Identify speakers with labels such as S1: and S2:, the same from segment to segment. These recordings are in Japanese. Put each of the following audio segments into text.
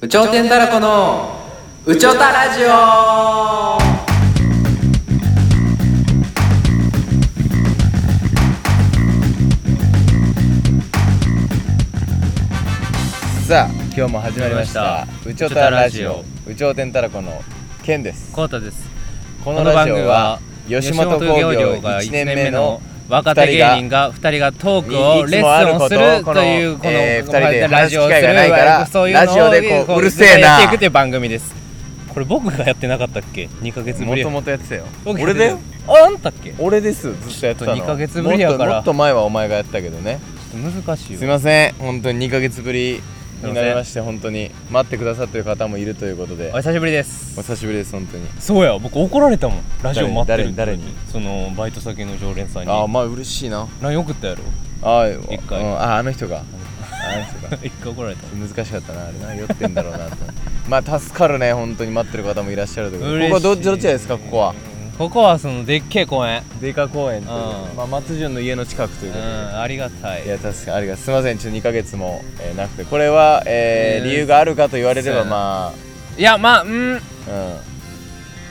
S1: 宇頂天たらこの宇宙たラジオ
S2: さあ今日も始まりました「
S3: 始まりました
S2: うちょたラジ
S3: うちょ
S2: オ
S3: た
S2: 「
S3: ラ」
S2: うちょうてんたらこ」のケンです
S3: コータです
S2: こ
S3: こ
S2: の
S3: の
S2: ラ
S3: 番
S2: ジ
S3: 組
S2: オは
S3: は
S2: 吉本興業1年目の
S3: 若手芸人が2人がトークをレッスンをするというこの
S2: えー
S3: この
S2: 二人で
S3: ラジオをする
S2: 話す機会がないから
S3: そういうのを
S2: ラジオでこううるせえな
S3: やっていくという番組ですこれ僕がやってなかったっけ2ヶ月ぶ
S2: も
S3: り
S2: ともとやってたよ
S3: 僕
S2: 俺だよ
S3: あんたっけ
S2: 俺ですずっとやってたの
S3: ちょっと二ヶ月ぶりやか
S2: もっと
S3: ら
S2: もっと前はお前がやってたけどね
S3: 難しい
S2: すい
S3: よ
S2: ません本当に2ヶ月ぶりになりまして本当に待ってくださってる方もいるということで
S3: お久しぶりで
S2: お
S3: す
S2: 久しぶりです本当に
S3: そうや僕怒られたもんラジオ待ってるって
S2: 誰に誰に
S3: そのバイト先の常連さんに
S2: ああまあ嬉しいな
S3: LINE 送ったやろ
S2: あ
S3: 一回
S2: うんああの人があの人が
S3: 一回怒られた
S2: 難しかったなあれな酔ってんだろうなと まあ助かるね本当に待ってる方もいらっしゃるということでここはど
S3: 嬉しい
S2: どちらですかここは
S3: ここはそのでっけえ公園
S2: デカ公園という
S3: うん
S2: まあ、松潤の家の近くといううんことで、
S3: ありがたい
S2: いや確かにありがとうすみませんちょっと2ヶ月も、えーなくてこれは、えー
S3: ね
S2: 理由があるかと言われれば
S3: そうやな
S2: ま
S3: いやまあうん
S2: あ、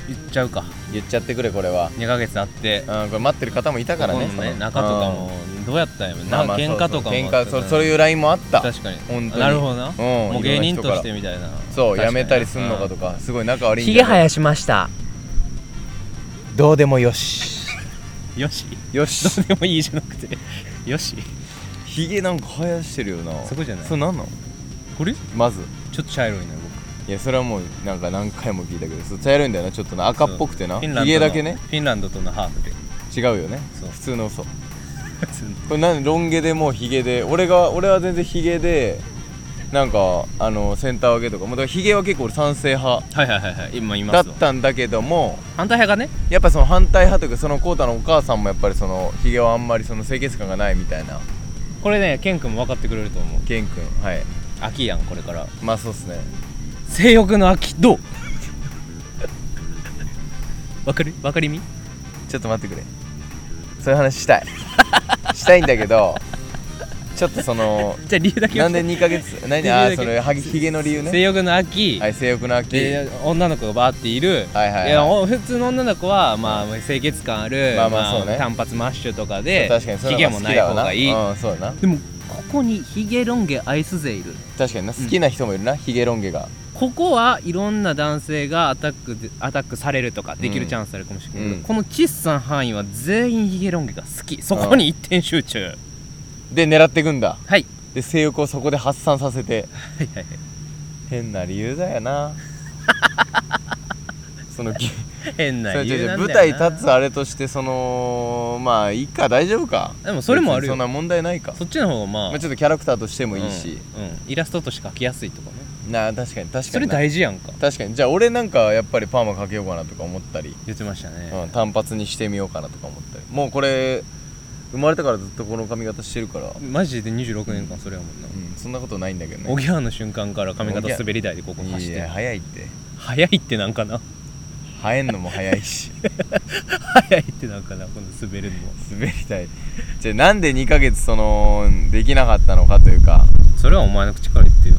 S3: 言っちゃうか
S2: うん、言っちゃってくれこれは、
S3: 2ヶ月あって
S2: うん、これ待ってる方もいたからね
S3: ここの
S2: その
S3: 中とかもどうやったんやろ
S2: うん
S3: な、
S2: まあまあ
S3: 喧嘩とかもあっ
S2: そ
S3: たね
S2: うそう喧嘩そそういうラインもあった
S3: 確かに
S2: 本当に
S3: なるほどな、
S2: うん
S3: もう芸
S2: い
S3: 人
S2: ろんな人か
S3: と
S2: ら
S3: してみたいな
S2: そう
S3: 確か
S2: や
S3: に
S2: めたりすんのかとか、すごい仲悪いん
S3: ひ
S2: じゃ
S3: げ
S2: な
S3: 生
S2: い
S3: やしました
S2: どうでもよし
S3: よし
S2: よし
S3: どうでもいいじゃなくてよし
S2: ひげなんか生やしてるよな
S3: そこじゃない
S2: それなんなの
S3: これち
S2: まず
S3: ょっと茶色いね
S2: いやそれはもうなんか何回も聞いたけどそう茶色いんだよなちょっとな赤
S3: 僕
S2: っぽくてな
S3: フィ
S2: ひ
S3: ンランド
S2: げ
S3: の
S2: だけね
S3: フィンランドとのハーフで
S2: 違うよね
S3: そう
S2: 普通の嘘これ何ロン毛でもうひげで俺が俺は全然ひげでなんかあのセンター分けとかもうだからひげは結構俺賛成派
S3: はいはいはいはい今い
S2: だ
S3: ま
S2: っ
S3: すわ
S2: たんだけども
S3: 反対派がね
S2: やっぱその反対派というかそのコウタのお母さんもやっぱりそのひげはあんまりその清潔感がないみたいな
S3: これねケン君も分かってくれると思う
S2: ケン君はい
S3: 秋やんこれから
S2: まあそうっすね
S3: 性欲の秋どう わかるわかりみ
S2: ちょっと待ってくれそういう話したい したいんだけどちょっとその
S3: じゃあ理由だけ
S2: なんで2ヶ月 何あーそれはぎひげの理由
S3: 性
S2: ね
S3: 欲の秋、
S2: はい性欲の秋
S3: で女の子がバーっている、
S2: はいはいはい
S3: やお普通の女の子は、まあ、清潔感ある、
S2: まあまあそうね
S3: 単発マッシュとかで
S2: 確かにそ
S3: ヒ
S2: れ
S3: ゲ
S2: の方
S3: も
S2: が好
S3: な
S2: き
S3: い
S2: だわ
S3: 方
S2: な
S3: がいい
S2: うんそうだな
S3: でもここにヒゲロン毛アイス勢いる
S2: 確かにな好きな人もいるなヒゲロン毛が
S3: ここはいろんな男性がアタックでアタックされるとかでき
S2: う
S3: る
S2: ん
S3: チャンスあるかもしれないけど、
S2: うん
S3: この小さな範囲は全員ヒゲロン毛が好きそこに一点集中、
S2: で狙っていくんだ
S3: はい
S2: で性欲をそこで発散させて
S3: はいはいはい
S2: 変な理由だよなそ のぎ
S3: 変な
S2: それ
S3: 理
S2: ちょ
S3: 由
S2: ち
S3: な
S2: ょ
S3: ん
S2: 舞
S3: だ
S2: 台
S3: よな
S2: 立つあれとしてそのまあいいか大丈夫か
S3: でもそれもあるよ
S2: 別にそんな問題ないか
S3: そっちの方がまあ、
S2: まあちょっとキャラクターとしてもいいし、
S3: うんうんイラストとして描きやすいとかね
S2: なあ確かに確かに
S3: それ
S2: な
S3: 大事やんか
S2: 確かにじゃあ俺なんかやっぱりパーマかけようかなとか思ったり、
S3: 言ってましたね、
S2: うん、単発にしてみようかなとか思ったりもうこれ生まれてからずっとこの髪型してるから、うん、
S3: マジで26年間それやもんな
S2: そんなことないんだけど
S3: お
S2: ね
S3: ぎゃーの瞬間から髪
S2: おぎ
S3: 型
S2: ゃー
S3: 滑り台でここ走
S2: い
S3: ってる
S2: や早いって
S3: 早いってなんか な
S2: 生えんのも早いし
S3: 早いってなんかなこの滑るのも
S2: 滑りたいじゃあなんで2ヶ月そのできなかったのかというか
S3: それはお前の口から言ってよ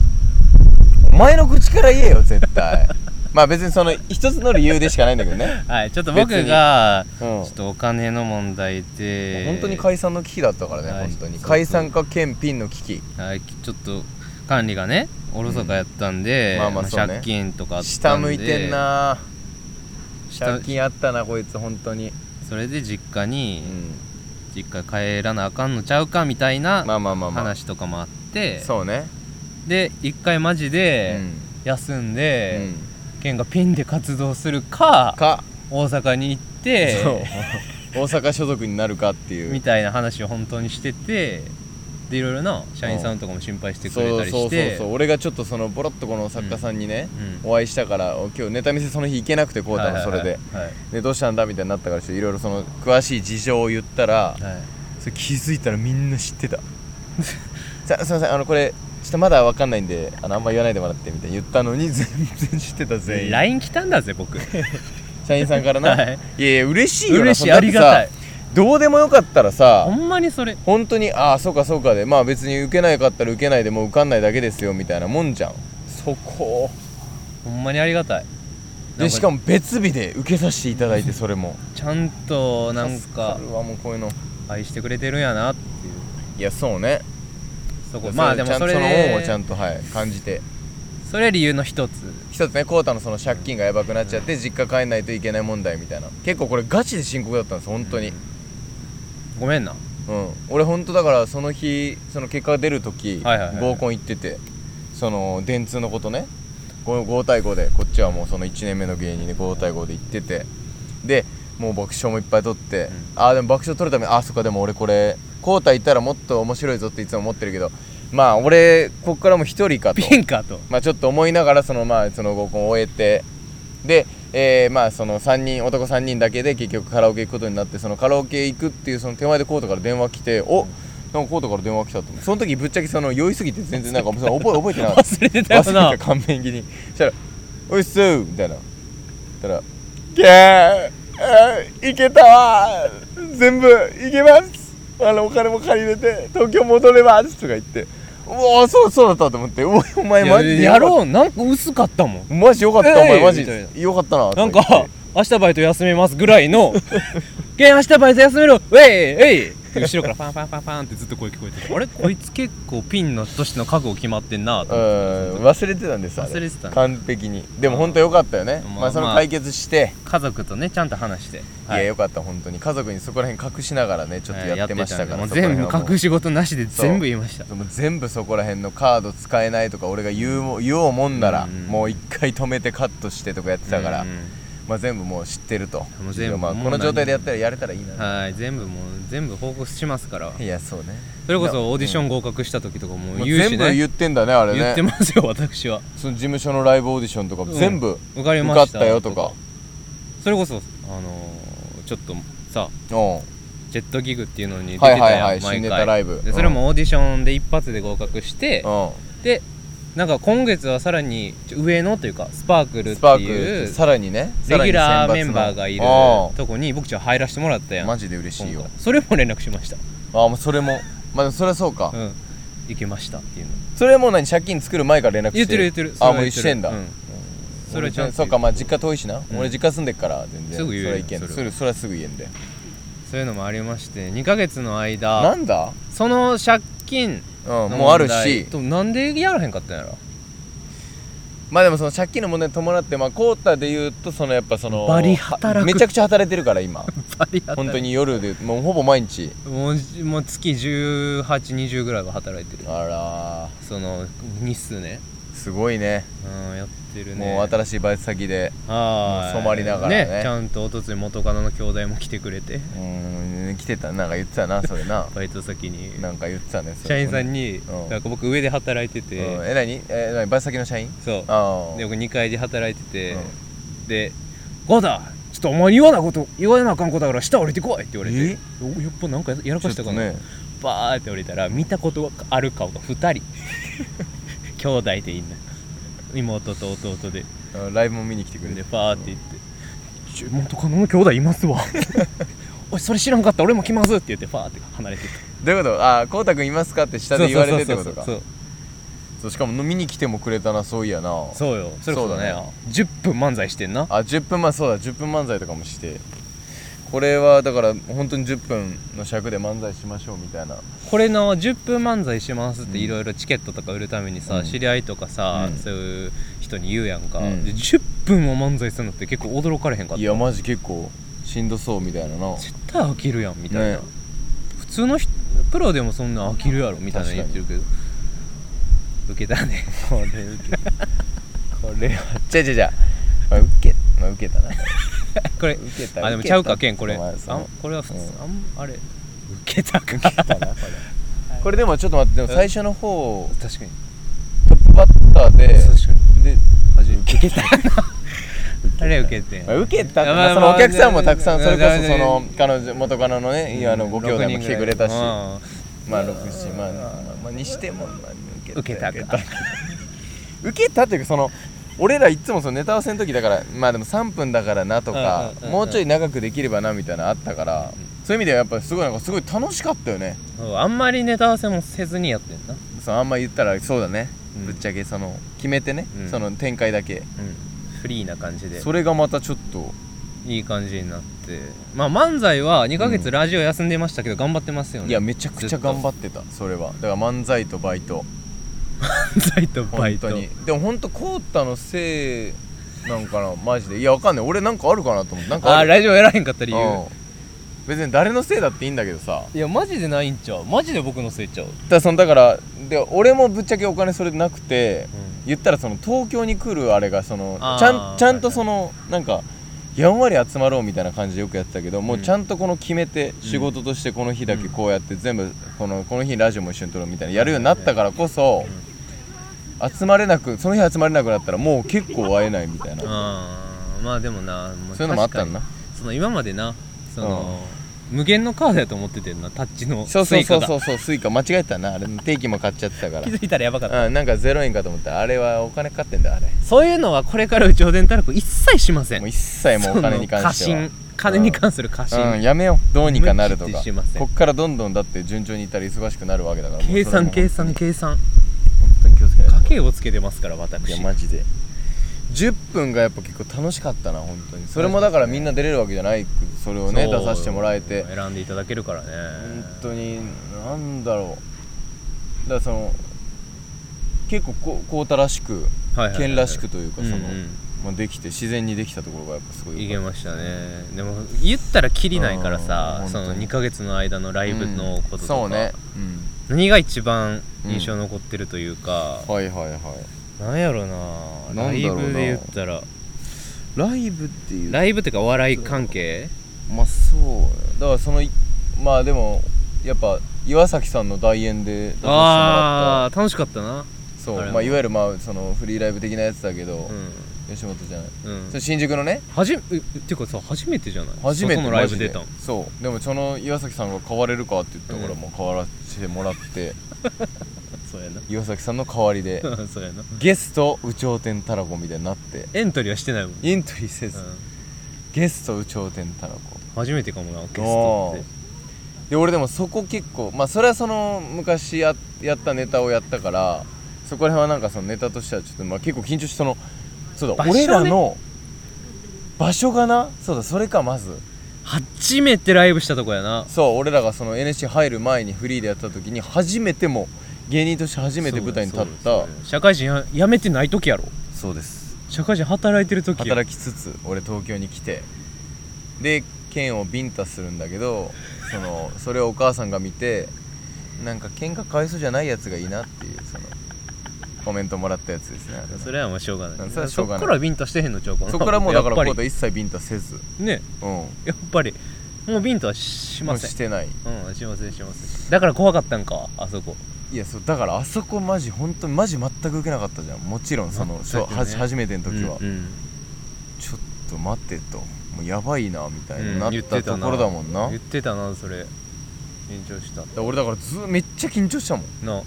S2: お前の口から言えよ絶対まあ別にその一つの理由でしかないんだけどね
S3: はいちょっと僕が
S2: う
S3: ち
S2: ん
S3: ょっとお金の問題で
S2: 本当に解散の危機だったからね、
S3: はい
S2: 本当に
S3: そうそう
S2: 解散か兼ピンの危機
S3: はいちょっと管理がねおろそかやったんで、
S2: うんまあまあそうね
S3: 借金とかあったんで
S2: 下向いてんな
S3: 下
S2: 借金あったなこいつ本当に、
S3: それで実家
S2: う
S3: に、
S2: ん、
S3: 実家帰らなあかんのちゃうかみたいな
S2: まあまあまあまあ
S3: 話とかもあって、
S2: そうね、
S3: で一回マジで休んで、
S2: うん
S3: ケンがピンで活動するか
S2: か、
S3: 大阪に行って
S2: そう大阪所属になるかっていう
S3: みたいな話を本当にしててでいろいろな社員さんとかも心配してくれたり
S2: そうそう
S3: し
S2: そう
S3: て
S2: そう俺がちょっとそのボロッとこの作家さんにね、
S3: うん
S2: お会いしたからお今日ネタ見せその日行けなくてこうたのそれで、
S3: はいはい
S2: でどうしたんだみたいになったからちょっといろいろその詳しい事情を言ったら
S3: はいはい
S2: それ気づいたらみんな知ってた さすいませんあのこれちょっとまだわかんないんであのあんま言わないでもらってみたいな言ったのに 全然知ってた全員
S3: LINE 来たんだぜ 僕
S2: 社員さんからな、
S3: はい
S2: い、やいや嬉しいよな
S3: 嬉しい
S2: だ
S3: あ
S2: って
S3: り
S2: さ
S3: がたい
S2: どうでもよかったらさ
S3: ほんまにそれ
S2: 本当にああそうかそうかでまあ別に受けなかったら受けないでもう受かんないだけですよみたいなもんじゃんそこ
S3: ほんまにありがたい
S2: でしか
S3: も
S2: も別日で受けさせていただいてそれも
S3: ちゃんとなんか
S2: 助るわもうこういうの
S3: 愛してくれてるんやなっていう
S2: いやそうね
S3: そこまあでもそれ
S2: ちゃんとの恩をちゃ
S3: で
S2: んとはい感じて
S3: それ理由の一つ
S2: 一つねコウタのその借金がやばくなっちゃって実家帰んないといけない問題みたいな結構これガチで深刻だったんです本当に
S3: ごめんな
S2: うん、俺本当だからその日その結果が出る時、
S3: はいはいはい
S2: 合コン行っててその電通のことね 5, 5対5でこっちはもうその1年目の芸人で5対5で行っててでもう爆笑もいっぱい取って、ああでも爆笑取るためにあそっかでも俺これコウタいたらもっと面白いぞっていつも思ってるけどまあ俺こっからもう一人かと
S3: ピンかと
S2: まあ、ちょっと思いながらそのまあその合コンを終えてで、えーまあその3人男3人だけで結局カラオケ行くことになってそのカラオケ行くっていうその手前でコートから電話来ておなんかコートから電話来たと思ってその時ぶっちゃけその酔いすぎて全然なん かその覚え覚えてなかった
S3: 忘れてたよな
S2: 忘れてた完璧にそしたら「おいっすー」みたいなそしたら「けーあーいけたわー全部いけますあのお金も借りれて東京戻れます」とか言って「うおーそうそうだった」と思って「おいお前
S3: い
S2: マ
S3: や
S2: ジで
S3: や
S2: よかった
S3: ろうなんか薄かったもん
S2: マジよかった、
S3: えい
S2: お前マジ
S3: みたいな
S2: よかったな
S3: な
S2: と
S3: ん
S2: 言
S3: か
S2: って
S3: 明日バイト休めますぐらい の「けん明日バイト休めろウェイウェイ!」って後ろからパンパンパンパンってずっと声聞こえててあれこいつ結構ピンの年の覚悟決まってんな
S2: う
S3: と思って
S2: ん忘れてたんですあ
S3: 忘れてたね
S2: 完璧にでも本当よかったよね、
S3: うん
S2: まあ、そ
S3: ま
S2: の
S3: あ
S2: 解決して、
S3: 家族とねちゃんと話して、
S2: い、や
S3: え
S2: よかった本当に家族にそこら辺隠しながらねちょっと
S3: ー
S2: やってましたから、
S3: やってたんでもう全部隠
S2: し
S3: し事なしで全部言いました
S2: 全部そこら辺のカード使えないとか俺が言うも言おうもんなら、
S3: うん
S2: もう一回止めてカットしてとかやってたから、
S3: うん
S2: まあ、全部もう知ってると
S3: もう全部
S2: まあ、
S3: もう
S2: この状態でやったらやれたらいいな
S3: はい全部もう全部報告しますから
S2: いやそうね
S3: それこそオーディショ
S2: うん
S3: ン合格した時とかも
S2: もう
S3: 言うし
S2: 全部言
S3: ね
S2: ってんだねあれね
S3: 言ってますよ私は
S2: その事務所のライブオーディションとか
S3: うん
S2: 全部
S3: 受かり
S2: 受
S3: ま
S2: かっ
S3: した
S2: たよとか、
S3: それこそあのーちょっとさ
S2: うん、
S3: ジェットギグっていうのに出てたやん、
S2: はいはいはい
S3: 毎回
S2: 新ネタライブ
S3: でそれもオーディションで一発で合格して、
S2: う
S3: でなんか今月はさらにちょ上のというかスパーク
S2: ん、
S3: ル
S2: ス
S3: って
S2: パーク
S3: い
S2: ル
S3: う
S2: さらにね
S3: レギュラーメンバーがいるとこに僕ちゃん入らせてもらったやん
S2: マジで嬉しいよ
S3: 今回それも連絡しました
S2: ああもうそれもまあでもそれはそうか、
S3: うん行けましたっていうの
S2: それはもう何借金作る前から連絡して
S3: 言ってる言ってる
S2: ああも
S3: それは
S2: う
S3: 言っ
S2: 一し
S3: てる
S2: てんだ、
S3: うそれはちゃんと
S2: そうかまあ実家遠いしな、
S3: うん
S2: 俺実家住んでっから全然
S3: すぐ言え
S2: そ
S3: る
S2: れはいけんそれ
S3: それは
S2: それはすぐ言えんで
S3: そういうのもありまして2ヶ月の間
S2: なんだ
S3: その借金
S2: うん
S3: の問題
S2: もうあるし
S3: となんでやらへんかったんやろ
S2: まあでもその借金の問題に伴ってまあコータで言うとそのやっぱその
S3: バリ働く
S2: めちゃくちゃ働いてるから今
S3: ありがたい
S2: 本当に夜でもうほぼ毎日
S3: もうじもう月1820ぐらいは働いてる
S2: あ
S3: その日数ね
S2: らすごいね
S3: うんやってるね
S2: もう新しいバイト先で
S3: はーい
S2: もう染まりながらね
S3: ちゃんとおとつい元カノの兄弟も来てくれて
S2: うーん来てたなんか言ってたなそれな
S3: バイト先に
S2: なんか言ってたねそれ
S3: 社員さんに、
S2: うん
S3: なんか僕上で働いて
S2: うん
S3: て、
S2: え何え何バイト先の社員
S3: そう
S2: ああ
S3: で僕2階で働いてて、
S2: う
S3: で「ゴーダちょっとお前言わなこと言わなあかんことだから下降りてこい」って言われて「おやっぱなんかやらかしたかな」
S2: ちょっとね
S3: バーって降りたら見たことある顔が2人 兄弟でいいんだ妹と弟で
S2: うんライブも見に来てくれ
S3: で
S2: て
S3: バーって行って「ちょ元カノの兄弟いますわ」 おいそれ知らんかった俺も来ます」って言ってファーって離れてった
S2: どういうことああこうたくんいますかって下で言われてってことか
S3: そうそう
S2: そうしかも飲みに来てもくれたなそういやな
S3: そうそうそうよそれこそ
S2: そう
S3: ね
S2: だね
S3: 10分漫才してんな
S2: あ10分前そうだ10分漫才とかもしてこれはだから本当に10分の尺で漫才しましょうみたいな
S3: これの10分漫才しますって
S2: うん
S3: いろいろチケットとか売るためにさ、
S2: うん
S3: 知り合いとかさ、
S2: うん
S3: そういう人に言うやんか、
S2: うん
S3: で10分も漫才するのって結構驚かれへんかっ
S2: い
S3: た
S2: やマジ結構しんどそうみたいなな
S3: 絶対飽きるやんみたいな、
S2: ね
S3: 普通の人プロでもそんな飽きるやろみたいな
S2: 確か
S3: 言っ
S2: に
S3: てるけど受けたねこれ受け
S2: これは違う違う違うまあ受けまあ受けたな
S3: これ
S2: 受けた
S3: あでも
S2: 受けた
S3: ちゃうかけんこれ
S2: お前そ
S3: あ
S2: の
S3: んこれは普通、
S2: うん
S3: あんあれ受けたか確か
S2: これでもちょっと待ってでも最初の方
S3: に
S2: トップバッターで
S3: 確かに
S2: で受けた
S3: あれ受けて
S2: まあ受けたって
S3: まあま
S2: まあ
S3: あ
S2: そのお客さんもたくさん
S3: ま
S2: そ
S3: あ
S2: れこそそ
S3: まあ
S2: の彼女元カノのねあのご兄弟も来てくれたし
S3: うん
S2: ま
S3: 6人ぐらいうん
S2: あ6時まあまあまあにしてもまあ
S3: 受けたか
S2: 受けた 受けたっていうかその俺らいつもそのネタ合わせの時だからまあでも3分だからなとか
S3: うんうんうんうん
S2: もうちょい長くできればなみたいなのあったからそういう意味ではやっぱすごいなんかすごい楽しかったよね
S3: そうあんまりネタ合わせもせずにやってんな
S2: そうあんま言ったらそうだね
S3: うん
S2: ぶっちゃけその決めてね、
S3: うん
S2: その展開だけ
S3: フリーな感じで
S2: それがまたちょっと
S3: いい感じになってまあ漫才は2ヶ月ラジオ休んでましたけど頑張ってますよね
S2: いやめちゃくちゃ頑張ってたそれはだから漫才とバイト
S3: 漫才とバ
S2: 本
S3: イト
S2: 当にでも本当コータのせいなんかなマジでいやわかんない俺なんかあるかなと思ってなんかあ
S3: あー
S2: る
S3: ラジオやらへんかった理由
S2: うん別に誰のせいだっていいんだけどさ
S3: いやマジでないんちゃうマジで僕のせいちゃう
S2: だからそのだからで俺もぶっちゃけお金それなくて、言ったらその東京に来るあれがその
S3: あー
S2: ちゃんちゃんとそのなんかやんわり集まろうみたいな感じでよくやってたけどもううんちゃんとこの決めて仕事としてこの日だけこうやって全部このこの日ラジオも一緒に撮ろうみたいなやるようになったからこそ集まれなくその日集まれなくなったらもう結構会えないみたいな
S3: あーまあでもなも
S2: そういうのもあったんだ
S3: 確かにその今までなその、無限のカードやと思っててんなタッチのスイカ
S2: そう
S3: が
S2: そうそうそうそうスイカ間違えてたなあれ定期も買っちゃってたか
S3: 気づいたらやばかった、
S2: らうんなんか0円かと思ったらあれはお金かかってんだあれ
S3: そういうのはこれからうちおでんたらこ一切しません
S2: もう一切もうお金に関しては
S3: その過信金に関する過信、
S2: うん、やめようどうにかなると
S3: 無
S2: か
S3: 理してません
S2: こっからどんどんだって順調にいったら忙しくなるわけだからもう
S3: 計
S2: それ
S3: 算計
S2: も
S3: 算計算
S2: 本当に気をつけないと
S3: 家計をつけてますから
S2: い
S3: 私
S2: やマジで10分がやっぱ結構楽しかったな本当にそれもだからみんな出れるわけじゃないそれをね
S3: そう
S2: 出させてもらえて
S3: 選んでいただけるからね
S2: 本当になんだろうだからその結構こうこうたらしく
S3: はいはいはい
S2: 県らしくというかその、
S3: うんうん
S2: まあ、できて自然にできたところがやっぱすごい
S3: い
S2: 良
S3: け
S2: かっ
S3: ましたねでも言ったらきりないから
S2: う
S3: さ
S2: ん
S3: その
S2: 本当に
S3: 2ヶ月の間のラ
S2: た
S3: イブのこととか、
S2: うんそうね、う
S3: 何が一番印象残ってるというか、
S2: ん、はいはいはい
S3: なんやろうな
S2: な
S3: ラ
S2: ん
S3: イ
S2: だろうな
S3: ブで言ったら
S2: ライブっていう
S3: ライブっていうかお笑い関係
S2: まあそうだからそのいまあでもやっぱ岩崎さんの代演で出させてもら
S3: あ
S2: っ
S3: あ楽しかったな
S2: たそう
S3: あれも
S2: まあいわゆるまあそのフリーライブ的なやつだけど、
S3: う
S2: 吉本じゃない、
S3: んうん
S2: それ新宿のね
S3: はじめえっていうかさ初めてじゃない
S2: 初めて
S3: 外のライ
S2: マ
S3: ブ
S2: ジ
S3: 出
S2: で
S3: たん
S2: そうでもその岩崎さんが代われるかって言ったから
S3: うん
S2: もう代わらせてもらって、
S3: そうやな
S2: 岩崎さんの代わりで
S3: そうやな
S2: ゲスト有頂天たらこみたいになって
S3: エントリーはしてないもん、
S2: イントリーせず、
S3: うん
S2: ゲスト有頂天たらこ
S3: 初めてかもなゲストって
S2: で俺でもそこ結構まあそれはその昔ややったネタをやったからそこら辺はなんかそのネタとしてはちょっと、まあ、結構緊張してそのそうだ、
S3: 場所ね
S2: 俺らの場所がなそうだそれかまず
S3: 初めてライブしたとこやな
S2: そう俺らがその NSC 入る前にフリーでやった時に初めてもう芸人として初めて舞台に立った
S3: そうだ
S2: そう
S3: よそうだよ社会人や辞めてない時やろ
S2: です
S3: 社会人働いてる時や
S2: 働きつつ俺東京に来てで剣をビンタするんだけどそのそれをお母さんが見てなんか喧嘩かわいそうじゃないやつがいいなっていうそのコメントもらったやつですねあれ
S3: それはもうしょうがない
S2: それはしょうがない
S3: そっからビンタしてへんのちゃうかな
S2: そこからもうだからコ
S3: や
S2: ー
S3: っ
S2: ト
S3: ぱ
S2: 一切ビンタせず
S3: りね
S2: うんも
S3: やっぱりもうビンタはしま
S2: う
S3: せん
S2: してない
S3: うんしませんしませんだから怖かったんかあそこ
S2: いやそうだからあそこマジ本当にマジ全く受けなかったじゃんもちろんその、
S3: 全
S2: そう
S3: くね
S2: はじ初めての時は、
S3: うんうん
S2: ちょっと待てともうやばいなみたい
S3: うん
S2: な、な
S3: 言
S2: っ
S3: って
S2: た
S3: た
S2: と
S3: な
S2: ころだもんな、
S3: 言ってたなそれ緊張した
S2: だから俺だからずめっちゃ緊張したもん
S3: な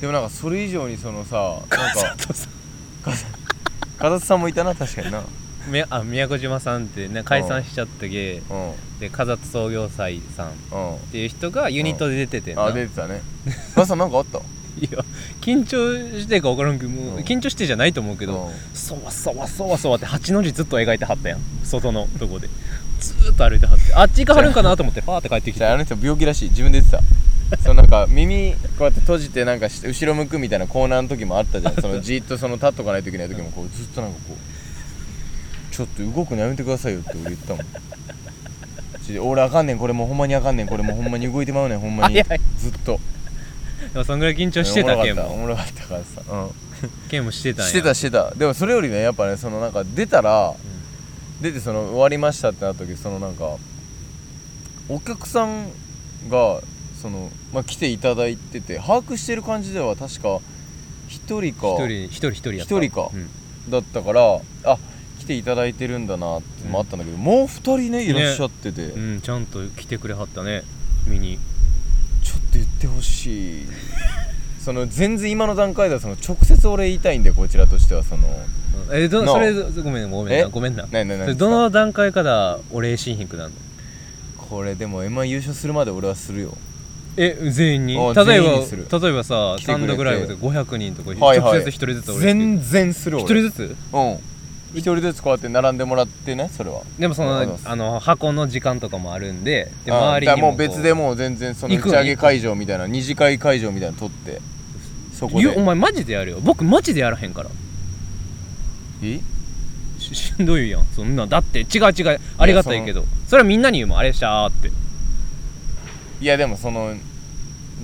S2: でもなんかそれ以上にそのさなんか
S3: 佐藤さん
S2: 片津さんもいたな確かになう
S3: みあ宮古島さんってね解散しちゃった
S2: ん
S3: 芸
S2: うん
S3: で風津創業祭さんっていう人がユニットで出ててんな
S2: あ出てたね母さんなんかあった
S3: いや緊張してか分からんけどもう
S2: うん
S3: 緊張してじゃないと思うけど
S2: うん
S3: そわそわそわそわって8の字ずっと描いてはったやん外のとこでずーっと歩いてはってあっち行かはるんかなと思ってパーって帰ってき
S2: じゃあ
S3: て
S2: あの人病気らしい自分で言ってたそのなんか耳こうやって閉じてなんかし後ろ向くみたいなコーナーの時もあ ったじゃんそのじっとその立っとかないといけない時もこうずっとなんかこうちょっと動くのやめてくださいよって俺言ったもんちょ俺あかんねんこれもうほんまにあかんねんこれもうほんまに動いてまうねんほんまにずっ
S3: 早い
S2: と
S3: でもそんぐらい緊張してたけ
S2: おもろかっ
S3: ん
S2: たお
S3: も
S2: もろかったからさうん
S3: けんもしてたんや
S2: してたしてたでもそれよりねやっぱねそのなんか出たら、出てその終わりましたってなった時そのなんかお客さんがその、まあ、来ていただいてて把握してる感じでは確か1人か
S3: 一人一人一人やった
S2: 一人か
S3: うん
S2: だったからあ来ていただいてるんだなってのもあったんだけど、もう2人ねいらっしゃってて、
S3: うんちゃんと来てくれはったね見に
S2: ちょっと言ってほしいその全然今の段階ではその直接俺言いたいんでこちらとしてはその
S3: えど
S2: なあ
S3: それごめんごめん
S2: え
S3: なごめんな
S2: 何何何
S3: それどの段階からお礼しんひんくなるの
S2: これでも m 1優勝するまで俺はするよ
S3: え全員に例
S2: あ
S3: えば
S2: 全員にする
S3: 例えばさ
S2: 来てくれて
S3: 単独ライブで500人とか、
S2: はいはい
S3: 直接一人ずつ俺
S2: 全然する
S3: 一
S2: 俺
S3: 人ずつ
S2: うん一人ずつこうやって並んでもらってねそれは
S3: でもそ
S2: あり
S3: の
S2: ます
S3: あの箱の時間とかもあるんでで
S2: あ
S3: 周りにも
S2: だからもう別でもう全然その打
S3: 行く
S2: ち上げ会場みたいな二次会会場みたいなの取ってそこ
S3: いやお
S2: で
S3: 前マジでやるよ僕マジでやらへんから
S2: え
S3: ししんどいやんそんなだって違う違うありがたいけどそれはみんなに言うもんあれしゃーって
S2: いやでもその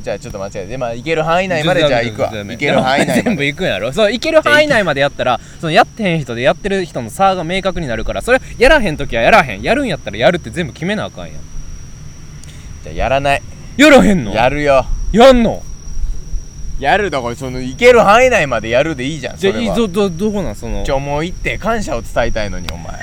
S2: じゃあちょっと間違えてまあ行ける範囲内までじゃあ行くわ
S3: ずっとやめ
S2: 行
S3: て
S2: ける範囲内ま
S3: 全部
S2: で
S3: 行くんやろそう行ける範囲内までやったらそのやってへん人でやってる人の差が明確になるからそれやらへん時はやらへんやるんやったらやるって全部決めなあかんやん
S2: じゃあやらない
S3: やらへんの
S2: やるよ
S3: やんの
S2: やるだからその行ける範囲内までやるでいいじゃんそれ
S3: じゃあいい
S2: は
S3: ぞどどこなんその
S2: ちょもう行って感謝を伝えたいのにお前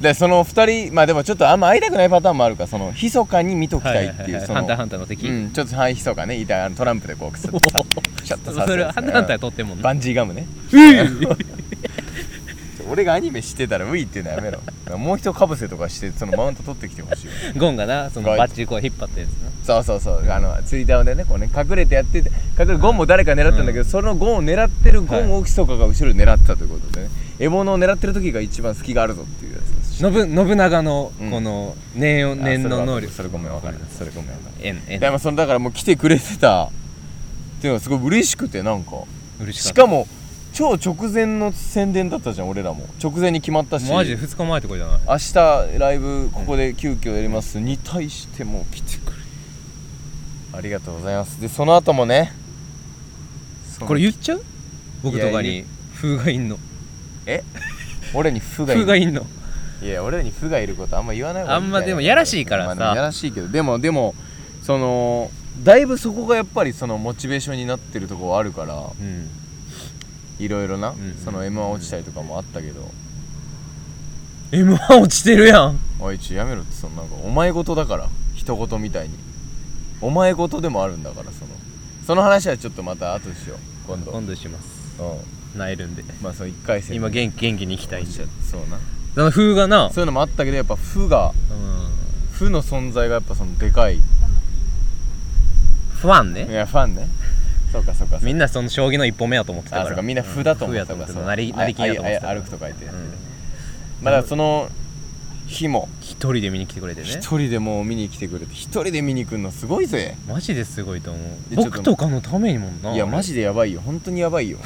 S2: でその二人まあでもちょっとあんま会いたくないパターンもあるからその密かに見とき
S3: は
S2: た
S3: い
S2: い
S3: は
S2: っ
S3: いは
S2: て
S3: い
S2: いう
S3: はい
S2: そ
S3: ハンターハ
S2: の
S3: ンターの敵
S2: うんちょっと範囲密かねいたあのトランプでこうくすっと刺すちょっと刺すやつね
S3: それハンターハンター撮ってんもん
S2: バ
S3: な
S2: ンジーガムね
S3: うん
S2: 俺がアニメしてたらウィーっていうのやめろだからもう一かぶせとかしてそのマウント取ってきてほしいわ
S3: ゴンがなそのバッチこう引っ張ったやつな
S2: そうそうそうあのツイッターでねこうね隠れてやってて隠れゴンも誰か狙ったんだけど、そのゴンを狙ってるゴンを基礎かが後ろで狙ってたということでね、獲物を狙ってる時が一番隙があるぞっていうやつです
S3: 信信長の
S2: うん
S3: この念を
S2: あ
S3: 念の能力
S2: それごめんわかるそれごめんわかる
S3: 円円
S2: でもそのだからもう来てくれてたっていうのがすごい嬉しくてなんか
S3: 嬉
S2: し
S3: か
S2: か
S3: っ
S2: も超直前の宣伝だったじゃん俺らも直前に決まった
S3: た
S2: し
S3: マジで2日前とかじゃない
S2: 明日ライブここで急遽やりますに対してもう来てくれありがとうございますでその後もね
S3: これ言っちゃう僕とか
S2: いや
S3: に風がいんの
S2: 俺に負がい
S3: 風
S2: る
S3: がいんの
S2: いや俺らに負がいることあんま言わない方がいい
S3: あんまでもやらしいから
S2: まあ
S3: さ
S2: でもやらしいけどでもでもそのだいぶそこがやっぱりそのモチベーションになってるとこはあるから
S3: うん
S2: いろいろな、
S3: ん
S2: その M1 落ちたりとかもあったけど、
S3: M1 落ちてるやん
S2: おいちょやめろってそのなんかお前事だから一言みたいにお前事でもあるんだからそのその話はちょっとまた後でしよう今度
S3: 今度します
S2: う
S3: 泣えるんで
S2: んまあその1回戦
S3: 今元気元気に行きたいんで
S2: そうな
S3: その風がな
S2: そういうのもあったけどやっぱ負が
S3: うん
S2: 負の存在がやっぱそのでかいい
S3: 不安ね
S2: やファンねそうかそうかそう
S3: みんなその将棋の一歩目やと思ってたか
S2: あ
S3: ら
S2: そうかみんな負だと思
S3: う
S2: っ
S3: ん
S2: て
S3: 不
S2: た
S3: や
S2: から
S3: と
S2: そ
S3: 思
S2: の
S3: なりなりきんやと思って
S2: あ
S3: たか
S2: あ
S3: ら
S2: 歩くとか言って
S3: うん
S2: まあだからその日も
S3: 一人で見に来てくれてね
S2: 一人でもう見に来てくれて一人で見に来るのすごいぜ
S3: マジですごいと思う
S2: えちょっと
S3: 僕とかのためにもない
S2: いやマジでやばいよ本当にやばいよ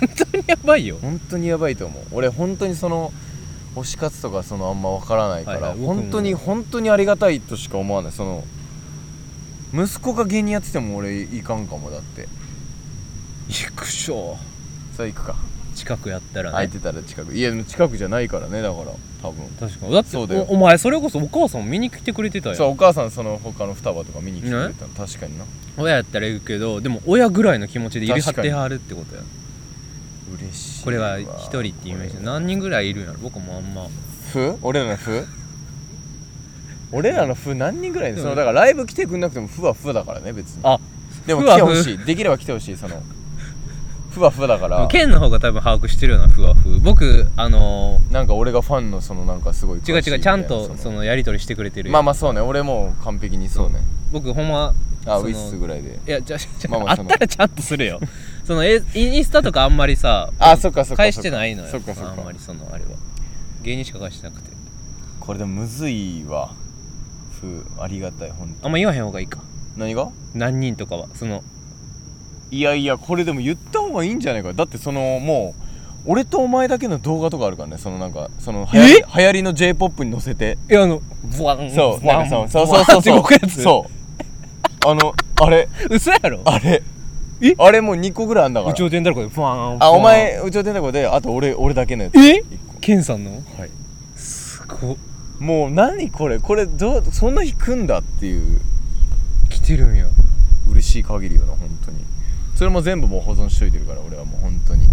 S3: 本当にやばいよ
S2: 本当にやばいと思う俺本当にその推し活とかそのあんま分からないから、
S3: はいはい
S2: 本当に
S3: 僕
S2: 本当にありがたいとしか思わないその息子が芸人やってても俺いかんかもだって
S3: 行くしょ
S2: それ行くか
S3: 近くやったら
S2: 空い
S3: ね
S2: てたら近くいやでも近くじゃないからねだから多分
S3: 確かにだって
S2: そうだよ
S3: おお前それこそお母さん見に来てくれてた
S2: そう
S3: よ
S2: お母さんその他の双葉とか見に来てくれたの確かにな
S3: 親やったら行くけどでも親ぐらいの気持ちで入れ張っ
S2: 確かに
S3: てはるってことや
S2: 嬉しい
S3: これが一人っていうイメージ何人ぐらいいるんやろ僕もあんま
S2: ふ俺らのふ俺らのふ何人ぐらいで
S3: で
S2: そ
S3: も
S2: のだからライブ来てくんなくてもふはふだからね別に
S3: あ
S2: でも
S3: ふわ
S2: 来
S3: ふ
S2: てほしいできれば来てほしいそのふわふわだから
S3: 県の方が多分把握してるようなふわふ僕あの
S2: なんか俺がファンのそのなんかすごい詳しい
S3: ー、違う違うちゃんと
S2: みたいな
S3: そのやり取りしてくれてるよ
S2: まあまあそうね俺もう完璧にそうね
S3: 僕ほんま
S2: あ
S3: そ
S2: ウ
S3: の
S2: ィッスぐらいで
S3: いやじゃじゃ
S2: まあまあ
S3: あったらちゃんとするよそのえインスタとかあんまりさ
S2: あそっかそっか
S3: 返してないのよ
S2: そっかそっ
S3: あんま
S2: か
S3: りそのあれは芸人しか返してなくて
S2: これでもむずいわふありがたいほんと
S3: あんま言わへん方がいいか
S2: 何が
S3: 何人とかはその
S2: いやいやこれでも言った方がいいんじゃないかだってそのもう俺とお前だけの動画とかあるからねそのなんかその流行
S3: え
S2: 流行りの j p o p に載せて
S3: いやあのブワン
S2: そう
S3: ブ
S2: な
S3: ワン
S2: んかそうそうそう
S3: ブワン
S2: そ
S3: っ
S2: う
S3: て動くやつ
S2: そうあのあれ
S3: 嘘やろ
S2: あれ
S3: え
S2: あれもう2個ぐらいあんだか
S3: 宇
S2: ら
S3: 宙天だろこれブワン
S2: あお前うちょ天こであと俺俺だけのやつ
S3: え
S2: 一個
S3: ケンさんの
S2: はい
S3: すごっ
S2: もう何これこれどうそんな日来んだっていう
S3: 来てるんや
S2: 嬉しい限りよな本当にそれも全部もう保存しといてるから俺はもう本当に
S3: あ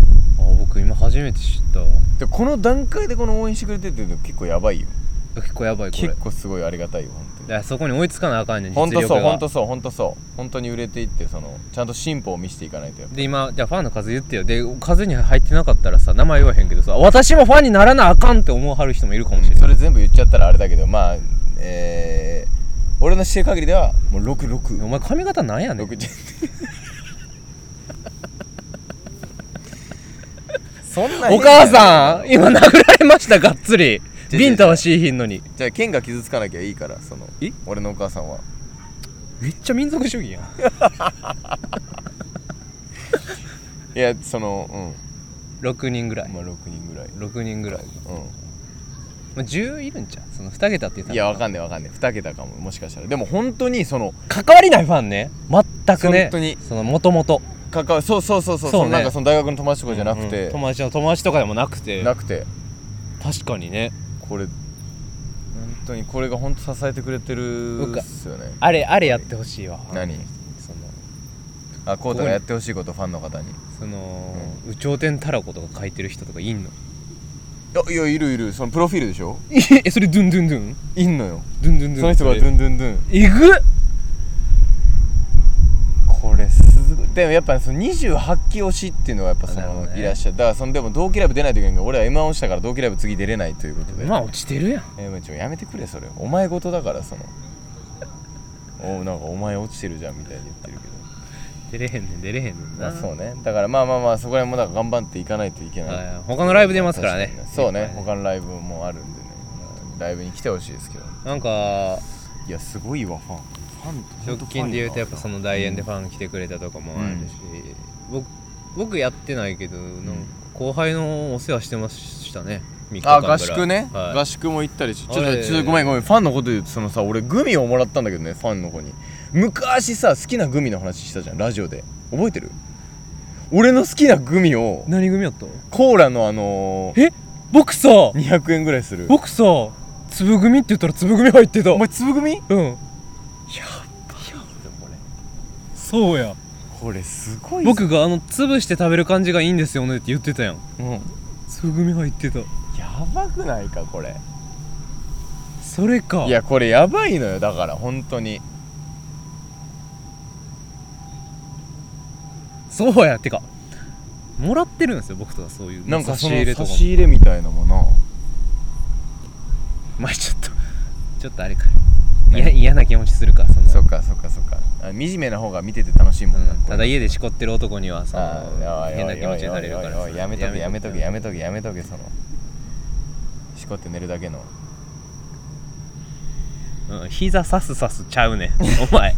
S3: 僕今初めて知ったわ
S2: でこの段階でこの応援してくれてるっていうの結構やばいよ
S3: 結構やばいこれ
S2: 結構すごいありがたいよ本当
S3: だ
S2: に
S3: からそこに追いつかなあかんねん
S2: 本
S3: 実
S2: 当
S3: 力
S2: そう
S3: が
S2: 本当そう本当そう本当に売れていってそのちゃんと進歩を見せていかないとやっぱ
S3: で今じゃあファンの数言ってよで数に入ってなかったらさ名前言わへんけどさ私もファンにならなあかんって思うはる人もいるかもしれない、
S2: それ全部言っちゃったらあれだけどまあえー俺の知る限りではもう66
S3: お前髪型なんやねん
S2: 60そんな
S3: お母さん今殴られましたがっつり
S2: 違う
S3: ビンタはしいひんのに
S2: んじゃあ剣が傷つかなきゃいいからその
S3: え
S2: 俺のお母さんは
S3: めっちゃ民族主義 やん
S2: いやその
S3: 6人ぐら
S2: う
S3: い
S2: んまあ6人ぐらい
S3: 6人ぐらい、
S2: う
S3: まあ、10いるんちゃうその2桁って言
S2: ん
S3: ったら
S2: いやわかんないわかんない2桁かももしかしたらでも本当にその
S3: 関わりないファンね全くね
S2: 本当に
S3: そのもともと
S2: 関わそうそうそうそう
S3: そうね
S2: のなんかその大学の友達とかじゃなくて、
S3: うん友達の友達とかでもなくて
S2: なくて
S3: 確かにね
S2: これ本当にこれが本当支えてくれてるっすよね
S3: あれあれやってほしいわ
S2: 何
S3: その
S2: あこうたがやってほしいことファンの方に
S3: その「有頂天たらこ」とか書いてる人とかいんの
S2: いやいやいるいるそのプロフィールでしょ
S3: えそれドゥンドゥンドゥン
S2: いんのよ
S3: ドゥンドゥンドゥン
S2: その人がドゥ
S3: ン
S2: ンドゥンドゥン
S3: えぐっ
S2: これすごいでもやっぱその28期推しっていうのはやっぱそ
S3: なるほ
S2: の、
S3: どね
S2: いらっしゃるだからそのでも同期ライブ出ないといけないから俺は M−1 落ちたから同期ライブ次出れないということで
S3: まあ落ちてるやん
S2: えーちょやめてくれそれお前事だからそのおなんかお前落ちてるじゃんみたいに言ってるけど
S3: 出れへんねん出れへんねん
S2: ま
S3: な
S2: あそうねだからまあまあまあそこら辺もだから頑張っていかないといけない、
S3: はい他のライブ出ますからね
S2: 確にそうね
S3: いっぱい
S2: 他のライブもあるんでねライブに来てほしいですけど
S3: なんか
S2: いやすごいわファンファン
S3: 直近で言うとやっぱその大円でファン来てくれたとかもあるし、僕僕やってないけどなんか後輩のお世話してましたね3日間ぐら
S2: あ合
S3: い
S2: 宿ね、
S3: はい
S2: 合宿も行ったりしちょっと
S3: あれ
S2: ちょっとごめんごめんファンのこと言うとそのさ俺グミをもらったんだけどねファンの子に昔さ好きなグミの話したじゃんラジオで覚えてる俺の好きなグミを
S3: 何組やった
S2: コーラのあのー、
S3: え僕さ
S2: 200円ぐらいする
S3: 僕さ粒組って言ったら粒組入ってた
S2: お前粒グミ
S3: うんやっそうや
S2: これすごいぞ
S3: 僕があの潰して食べる感じがいいんですよねって言ってたやん
S2: うん
S3: 粒組入ってた
S2: やばくないかこれ
S3: それか
S2: いやこれやばいのよだから本当に
S3: そうやてかもらってるんですよ僕とかそういう
S2: なんか
S3: 差
S2: そ
S3: し
S2: の
S3: 入れと
S2: 差
S3: かも
S2: し入れみたいなもの
S3: まあちょっとちょっとあれかいや嫌な気持ちするかその
S2: そっかそっかそっかあ惨めな方が見てて楽しいもんな、
S3: うん
S2: これ
S3: ただ家でしこってる男にはそ
S2: あ
S3: の
S2: あ
S3: 変な気持ちになれるか
S2: おいおいおいおいお
S3: ら
S2: いやめとけやめとけや
S3: め
S2: めとけやめとけそのしこって寝るだけの
S3: うん膝さすさすちゃうねんお前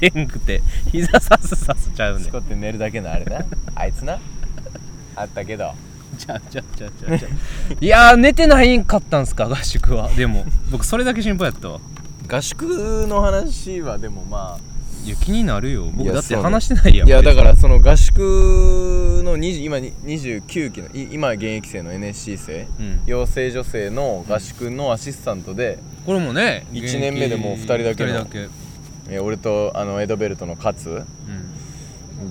S3: でんくて膝さすさすちゃうねん
S2: しこって寝るだけのあれ なあいつなあったけど
S3: ちゃうちゃうちゃうちゃうちゃう いやー寝てないんかったんすか合宿はでも僕それだけ心配やったわ
S2: 合宿の話はでもまあ
S3: いや気になるよ
S2: い
S3: 僕
S2: や
S3: だって
S2: そうね
S3: 話してないやん
S2: いやだかららその合宿の20今に29期のい今現役生の NSC 生
S3: うん
S2: 養成女性の合宿のアシスタントで、
S3: これもね
S2: 一年目でもう二人だけの
S3: 二人だけうん
S2: え俺とあのエドベルトの勝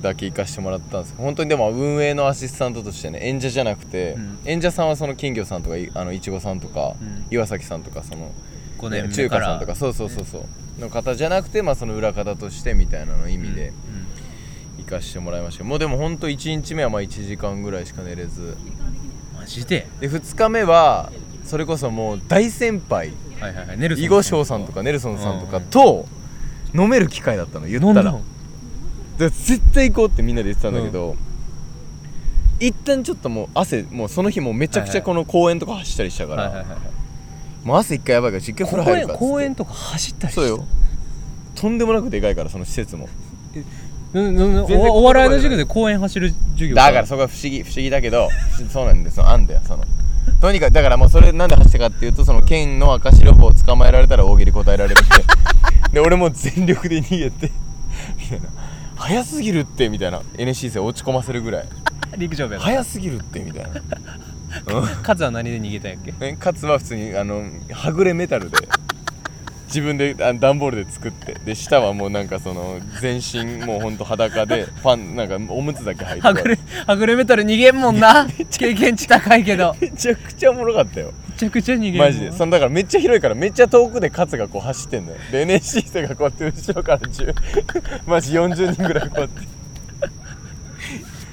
S2: だけ行かしてもらったんですけど本当にでも運営のアシスタントとしてね演者じゃなくて、
S3: うん
S2: 演者さんはその金魚さんとかいあのいちごさんとか、
S3: うん
S2: 岩崎さんとかその
S3: 五年目
S2: 中華
S3: から
S2: さんとかそうそうそうそう、の方じゃなくて、まあ、その裏方としてみたいなの意味で
S3: うん
S2: 行かしてもらいましたけどもうでも本当1日目はまあ1時間ぐらいしか寝れず
S3: マジで
S2: で2日目はそれこそもう大先輩
S3: はいはいはいネルソン
S2: 囲碁将さんとかネルソンさんと
S3: う
S2: か
S3: んうん
S2: と飲める機会だったの言
S3: 飲
S2: っ
S3: ん
S2: た
S3: だ
S2: ら
S3: の
S2: で絶対行こうってみんなで言ってたんだけど、一旦ちょっともう汗もうその日もうめちゃくちゃこの公園とか走ったりしたから、
S3: はいはいはいはい
S2: もう汗一回やばいから実況風呂
S3: 公
S2: 入る
S3: 園
S2: からっつって
S3: 公園とか走ったり
S2: そうよとんでもなくでかいからその施設も
S3: うんうんうん
S2: 全然
S3: おお笑いの授業で公園走る授業
S2: だからそこは不思議不思議だけどそうなんですよあんだよそのとにかくだからもうそれなんで走ったかっていうとその剣の赤白鵬を捕まえられたら大喜利答えられるってで俺も全力で逃げてみたいな早すぎるってみたいな NC 生落ち込ませるぐらい
S3: 陸上部やな
S2: 早すぎるってみたいな
S3: カズは何で逃げたんやっ け
S2: ね、カツは普通にあのはぐれメタルで自分であ段ボールで作ってで下はもうなんかその全身もうほんと裸でパンなんかおむつだけ履いて
S3: はぐれはぐれメタル逃げんもんな経験値高いけど
S2: めちゃくちゃおもろかったよ
S3: めちゃくちゃ逃げんもん
S2: マジでそのだからめっちゃ広いからめっちゃ遠くでカツがこう走ってんだよで NSC 生がこうやって後ろから10 マジ40人ぐらいこうやって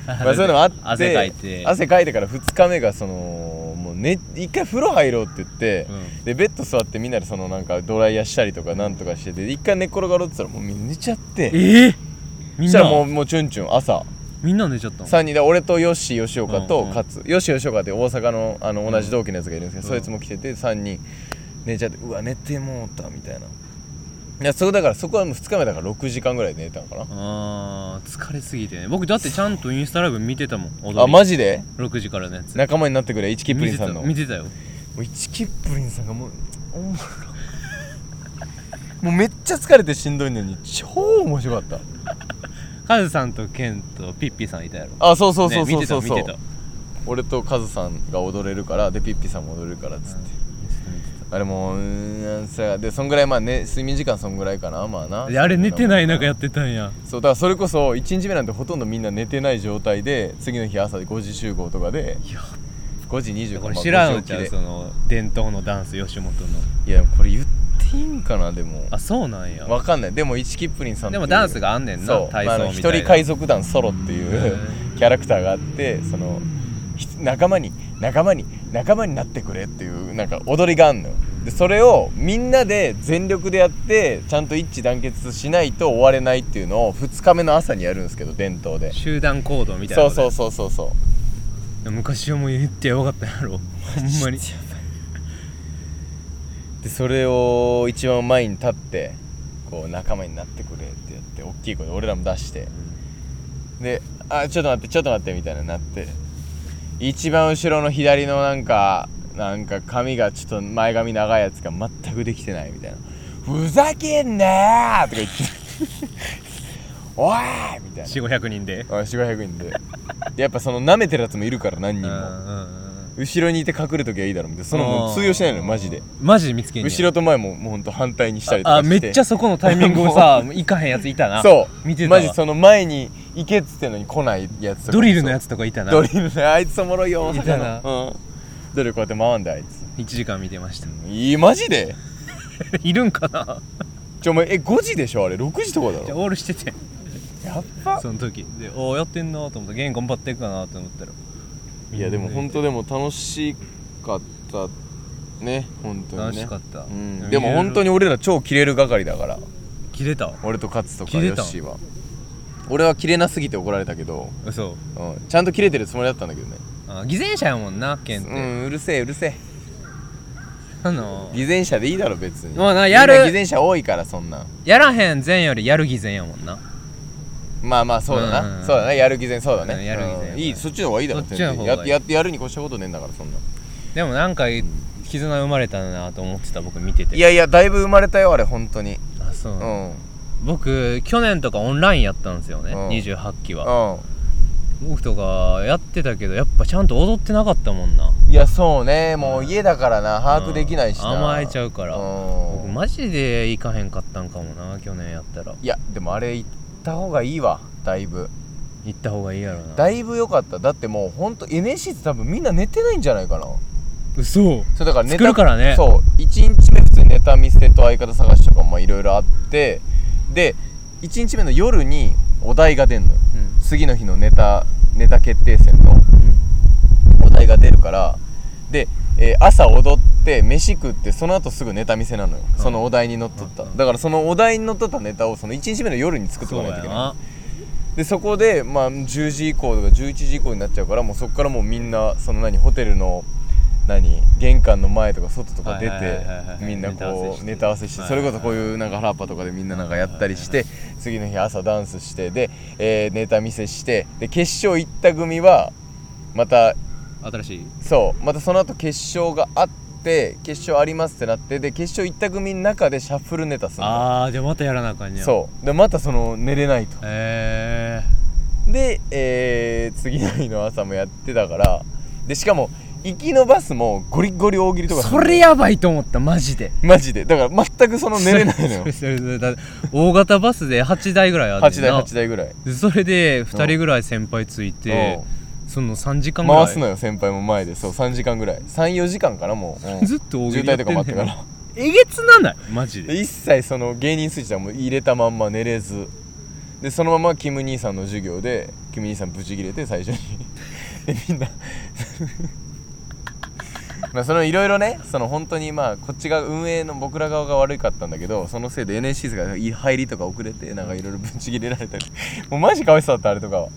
S2: まあそういうのもあって
S3: 汗かいて
S2: 汗かいてから2日目がそのもうね一回風呂入ろうって言って、
S3: う
S2: でベッド座ってみんなでそのなんかドライヤーしたりとかなんとかしてて一回寝っ転がろうって言ったらもうみんな寝ちゃって
S3: えー、み
S2: そ
S3: ん
S2: したらもう
S3: な
S2: もうチュンチュン朝
S3: みんな寝ちゃったの
S2: 3人で俺とヨッシー吉岡
S3: う
S2: と
S3: んうん
S2: 勝ヨッシー吉岡って大阪のあの同じ同期のやつがいるんですけど、
S3: うん
S2: そいつも来てて3人寝ちゃってうわ寝てもうたみたいないやそこだからそこはもう2日目だから6時間ぐらい寝たのかな
S3: あー疲れすぎてね僕だってちゃんとインスタライブ見てたもん踊り
S2: あマジで
S3: 6時からのやつ
S2: 仲間になってくれイチキップリンさんの
S3: 見てたよ
S2: もう一キップリンさんがもうおもろもうめっちゃ疲れてしんどいのに超面白かっ
S3: カズさんとケンとピッピさんいたやろ
S2: たあそうそうそうそうそう
S3: ね、
S2: そ
S3: 見
S2: う、
S3: てた見てた
S2: 俺とカズさんが踊れるからでピッピさんも踊れるからっつって、あれもううーんさでそんぐらいまあね睡眠時間そんぐらいかなまあな
S3: であれ寝てない中や
S2: っ
S3: ってたんや
S2: そうだからそれこそ1日目なんてほとんどみんな寝てない状態で次の日朝で5時集合とかで5時25
S3: こ
S2: 分
S3: れ知らんのちゃ
S2: まあ
S3: う
S2: 5時起
S3: そ
S2: き
S3: の伝統のダンス吉本の
S2: でいやこれ言っていいんかなでも
S3: あそうなんや
S2: わかんないでもイチキップリンさんっていう
S3: でもダンスがあんねんな
S2: そう
S3: 体操みたいな
S2: あの一人海賊団ソロっていう
S3: う
S2: キャラクターがあってそのひ仲間に仲間に仲間になってくれっていうなんか踊りがあんのよでそれをみんなで全力でやってちゃんと一致団結しないと終われないっていうのを2日目の朝にやるんですけど伝統で
S3: 集団行動みたいな
S2: そう
S3: こと
S2: そう
S3: や
S2: そうそうそう
S3: 昔はもう言ってやばかったや ろほんまに
S2: でそれを一番前に立ってこう仲間になってくれってやって大きい声で俺らも出して、で「あちょっと待ってちょっと待って」みたいななって一番後ろの左のなんかなんか髪がちょっと前髪長いやつが全くできてないみたいな「ふざけんなー!」とか言って「おい!」みたいな
S3: 4500人で
S2: 4500人ででやっぱその舐めてるやつもいるから何人
S3: うん
S2: も
S3: うんうん
S2: 後ろにいて隠れときゃいいだろうみたいなそのもう通用しないのよマジで
S3: マジで見つけんねや
S2: 後ろと前ももうほんと反対にしたりと
S3: あ
S2: か
S3: あ
S2: して
S3: めっちゃそこのタイミングをさもういかへんやついたな
S2: そう
S3: 見てたわ
S2: マジその前に行けっつってんのに来ないやつとか
S3: ドリルのやつとかいたな
S2: ドリルねあいつおもろいよ
S3: いたな
S2: 大阪のうんドリルこうやって回んだあいつ
S3: 1時間見てました
S2: いいマジで
S3: いるんかな
S2: ちょお前え5時でしょあれ6時とかだ
S3: じゃあ
S2: ろ
S3: オールしてて
S2: やっぱ
S3: その時でおおやってんなと思ったゲン頑張っていくかなと思ったら
S2: いやでも本当でも楽しかったね本当にね
S3: 楽しかった
S2: うん、でも本当に俺ら超キレる係だから
S3: 切れた
S2: 俺と勝とか
S3: キレ
S2: ヨ
S3: た
S2: ッシーは俺はキレなすぎて怒られたけど、
S3: そう
S2: うん、ちゃんとキレてるつもりだったんだけどね
S3: あ偽善者やもんなケンって、
S2: うんうるせえうるせえ
S3: あの
S2: 偽善者でいいだろ別に
S3: もうなやる
S2: みん偽善者多いからそんなん
S3: やらへん善よりやる偽善やもんな
S2: まあまあそうだな、
S3: うんうんうん
S2: そうだねやる偽善そうだね、
S3: うんやる偽善
S2: うんいいそっちの方がいいだろ
S3: そっちの方がい
S2: 全然
S3: い
S2: やってやってやるに越したことねえんだからそんな
S3: でもなんか絆生まれたなと思ってた僕見てて
S2: いやいやだいぶ生まれたよあれ本当に
S3: あそう、
S2: うんうん
S3: 僕去年とかオンラインやったんですよね、
S2: うん
S3: 28期は、僕とかやってたけどやっぱちゃんと踊ってなかったもんない
S2: やそうねもう家だからな把握できないしな、
S3: うん甘えちゃうから
S2: うん
S3: 僕マジで行かへんかったんかもな去年やったら
S2: いやでもあれ行った方がいいわだいぶ
S3: 行った方がいいやろな
S2: だいぶ良かっただってもうほんと NSC って多分みんな寝てないんじゃないかな
S3: 嘘
S2: そうだからネタ
S3: 作るからね
S2: そう1日目普通にネタ見せと相方探しとかもいろいろあってで1日目の夜にお題が出んのよ
S3: うん
S2: 次の日のネタネタ決定戦のお題が出るからで、えー朝踊って飯食ってその後すぐネタ見せなのよ、
S3: うん
S2: そのお題にのっとった、
S3: うんうん
S2: だからそのお題にのっとったネタをその1日目の夜に作って
S3: そ
S2: こ
S3: う
S2: ない
S3: や
S2: といけない
S3: な
S2: でそこで、まあ、10時以降とか11時以降になっちゃうからもうそこからもうみんなその何ホテルの何玄関の前とか外とか出
S3: はいはい
S2: て
S3: はいはい
S2: みんなこうネ
S3: ネ
S2: タ
S3: タ
S2: 合
S3: 合
S2: わ
S3: わ
S2: せ
S3: せ
S2: し
S3: してて
S2: それこそこういうなんか原っぱとかでみんななんかやったりして次の日朝ダンスしてで、えーネタ見せしてで決勝行った組はまた
S3: 新しい
S2: そうまたその後決勝があって決勝ありますってなってで決勝行った組の中でシャッフルネタするの
S3: あーじゃあまたやらなあかんねやう
S2: そうでまたその寝れないと
S3: え
S2: で、えー次の日の朝もやってたからでしかも行きのバスもゴリゴリ大喜利
S3: ー、
S2: とかする
S3: それやばいと思ったマジで
S2: マジでだから全くその寝れないのよ
S3: それそれそれだ大型バスで8台ぐらいあって
S2: 8台8台ぐらい
S3: でそれで2人ぐらい先輩ついてその3時
S2: う
S3: 間
S2: ん
S3: ぐらい
S2: 回すのよ先輩も前でそう3時間ぐらい34時間かなもう、うん
S3: ずっと大喜
S2: 渋
S3: 利や
S2: 滞
S3: って
S2: と
S3: ん
S2: か
S3: ねん
S2: もあったから
S3: えげつなないマジ
S2: で
S3: で
S2: 一切その芸人スイッチはもう入れたまんま寝れずでそのままキム兄さんの授業で キム兄さんブチ切れて最初にでみんな まあそのいろいろねその本当にまあこっちが運営の僕ら側が悪かったんだけどそのせいで NSC が入りとか遅れてなんかいろいろぶんち切れられたり もうマジかわいそうだったあれとかは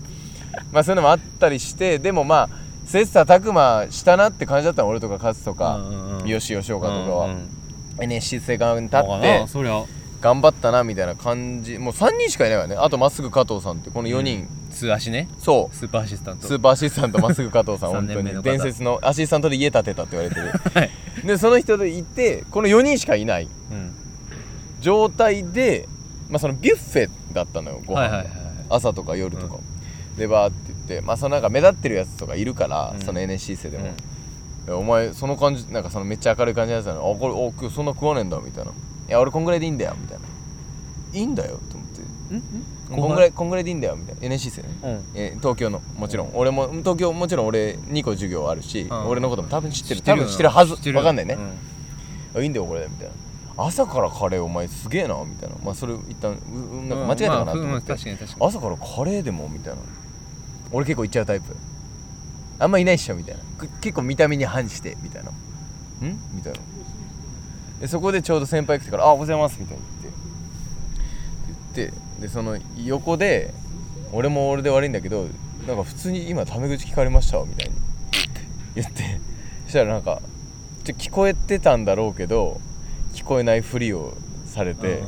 S2: まあそういうのもあったりしてでもまあ切磋琢磨したなって感じだったの俺とか勝つとか、
S3: うんうんうん
S2: よしよしおかとかは、
S3: うんうん
S2: NSC 生が立
S3: だ
S2: っ
S3: から
S2: て
S3: なそりゃ
S2: 頑張ったなみたいな感じもう3人しかいないわねあとまっすぐ加藤さんってこの4人、
S3: 素足ね
S2: そう
S3: スーパーアシスタント
S2: スーパーアシスタントまっすぐ加藤さん
S3: 三
S2: 本当
S3: 年目の
S2: に
S3: 方
S2: 伝説のアシスタントで家建てたって言われてる
S3: はい、
S2: でその人でいてこの4人しかいない
S3: うん、
S2: 状態で、まあ、そのビュッフェだったのよご飯が、
S3: はいはいはいはい
S2: 朝とか夜とか、でバーって言って、まあ、そのなんか目立ってるやつとかいるから、
S3: うん
S2: その NSC 生でも、いやお前その感じなんかそのめっちゃ明るい感じのやつなのあこれお今日そんな食わねえんだみたいな「いや俺こんぐらいでいいんだよ」みたいな「いいんだよ」と思って
S3: うん
S2: 「こんぐらいこんぐらいでいいんだよ」みたいな NSC 生ね、
S3: うん
S2: えー東京のもちろん、俺も東京もちろん俺2個授業あるし、
S3: うん
S2: 俺のことも多分知ってる
S3: 知って
S2: 多
S3: るよ
S2: 分知ってるはず
S3: 知ってるよ
S2: わかんないね
S3: う、
S2: あいいんだよこれみたいな朝からカレーお前すげえなみたいなまあそれ一旦ううなんか間違えたかなと
S3: うんま
S2: 思っ
S3: あふ
S2: て、
S3: うん確かに確かに
S2: 朝からカレーでもみたいな俺結構行っちゃうタイプあんまいないっしょみたいなく結構見た目に反してみたいなんみたいなでそこでちょうど先輩来てから「あおはようございます」みたいに言ってって言ってでその横で俺も俺で悪いんだけどなんか普通に「今タメ口聞かれましたわ」みたいに言ってそしたらなんかちょ聞こえてたんだろうけど聞こえないふりをされて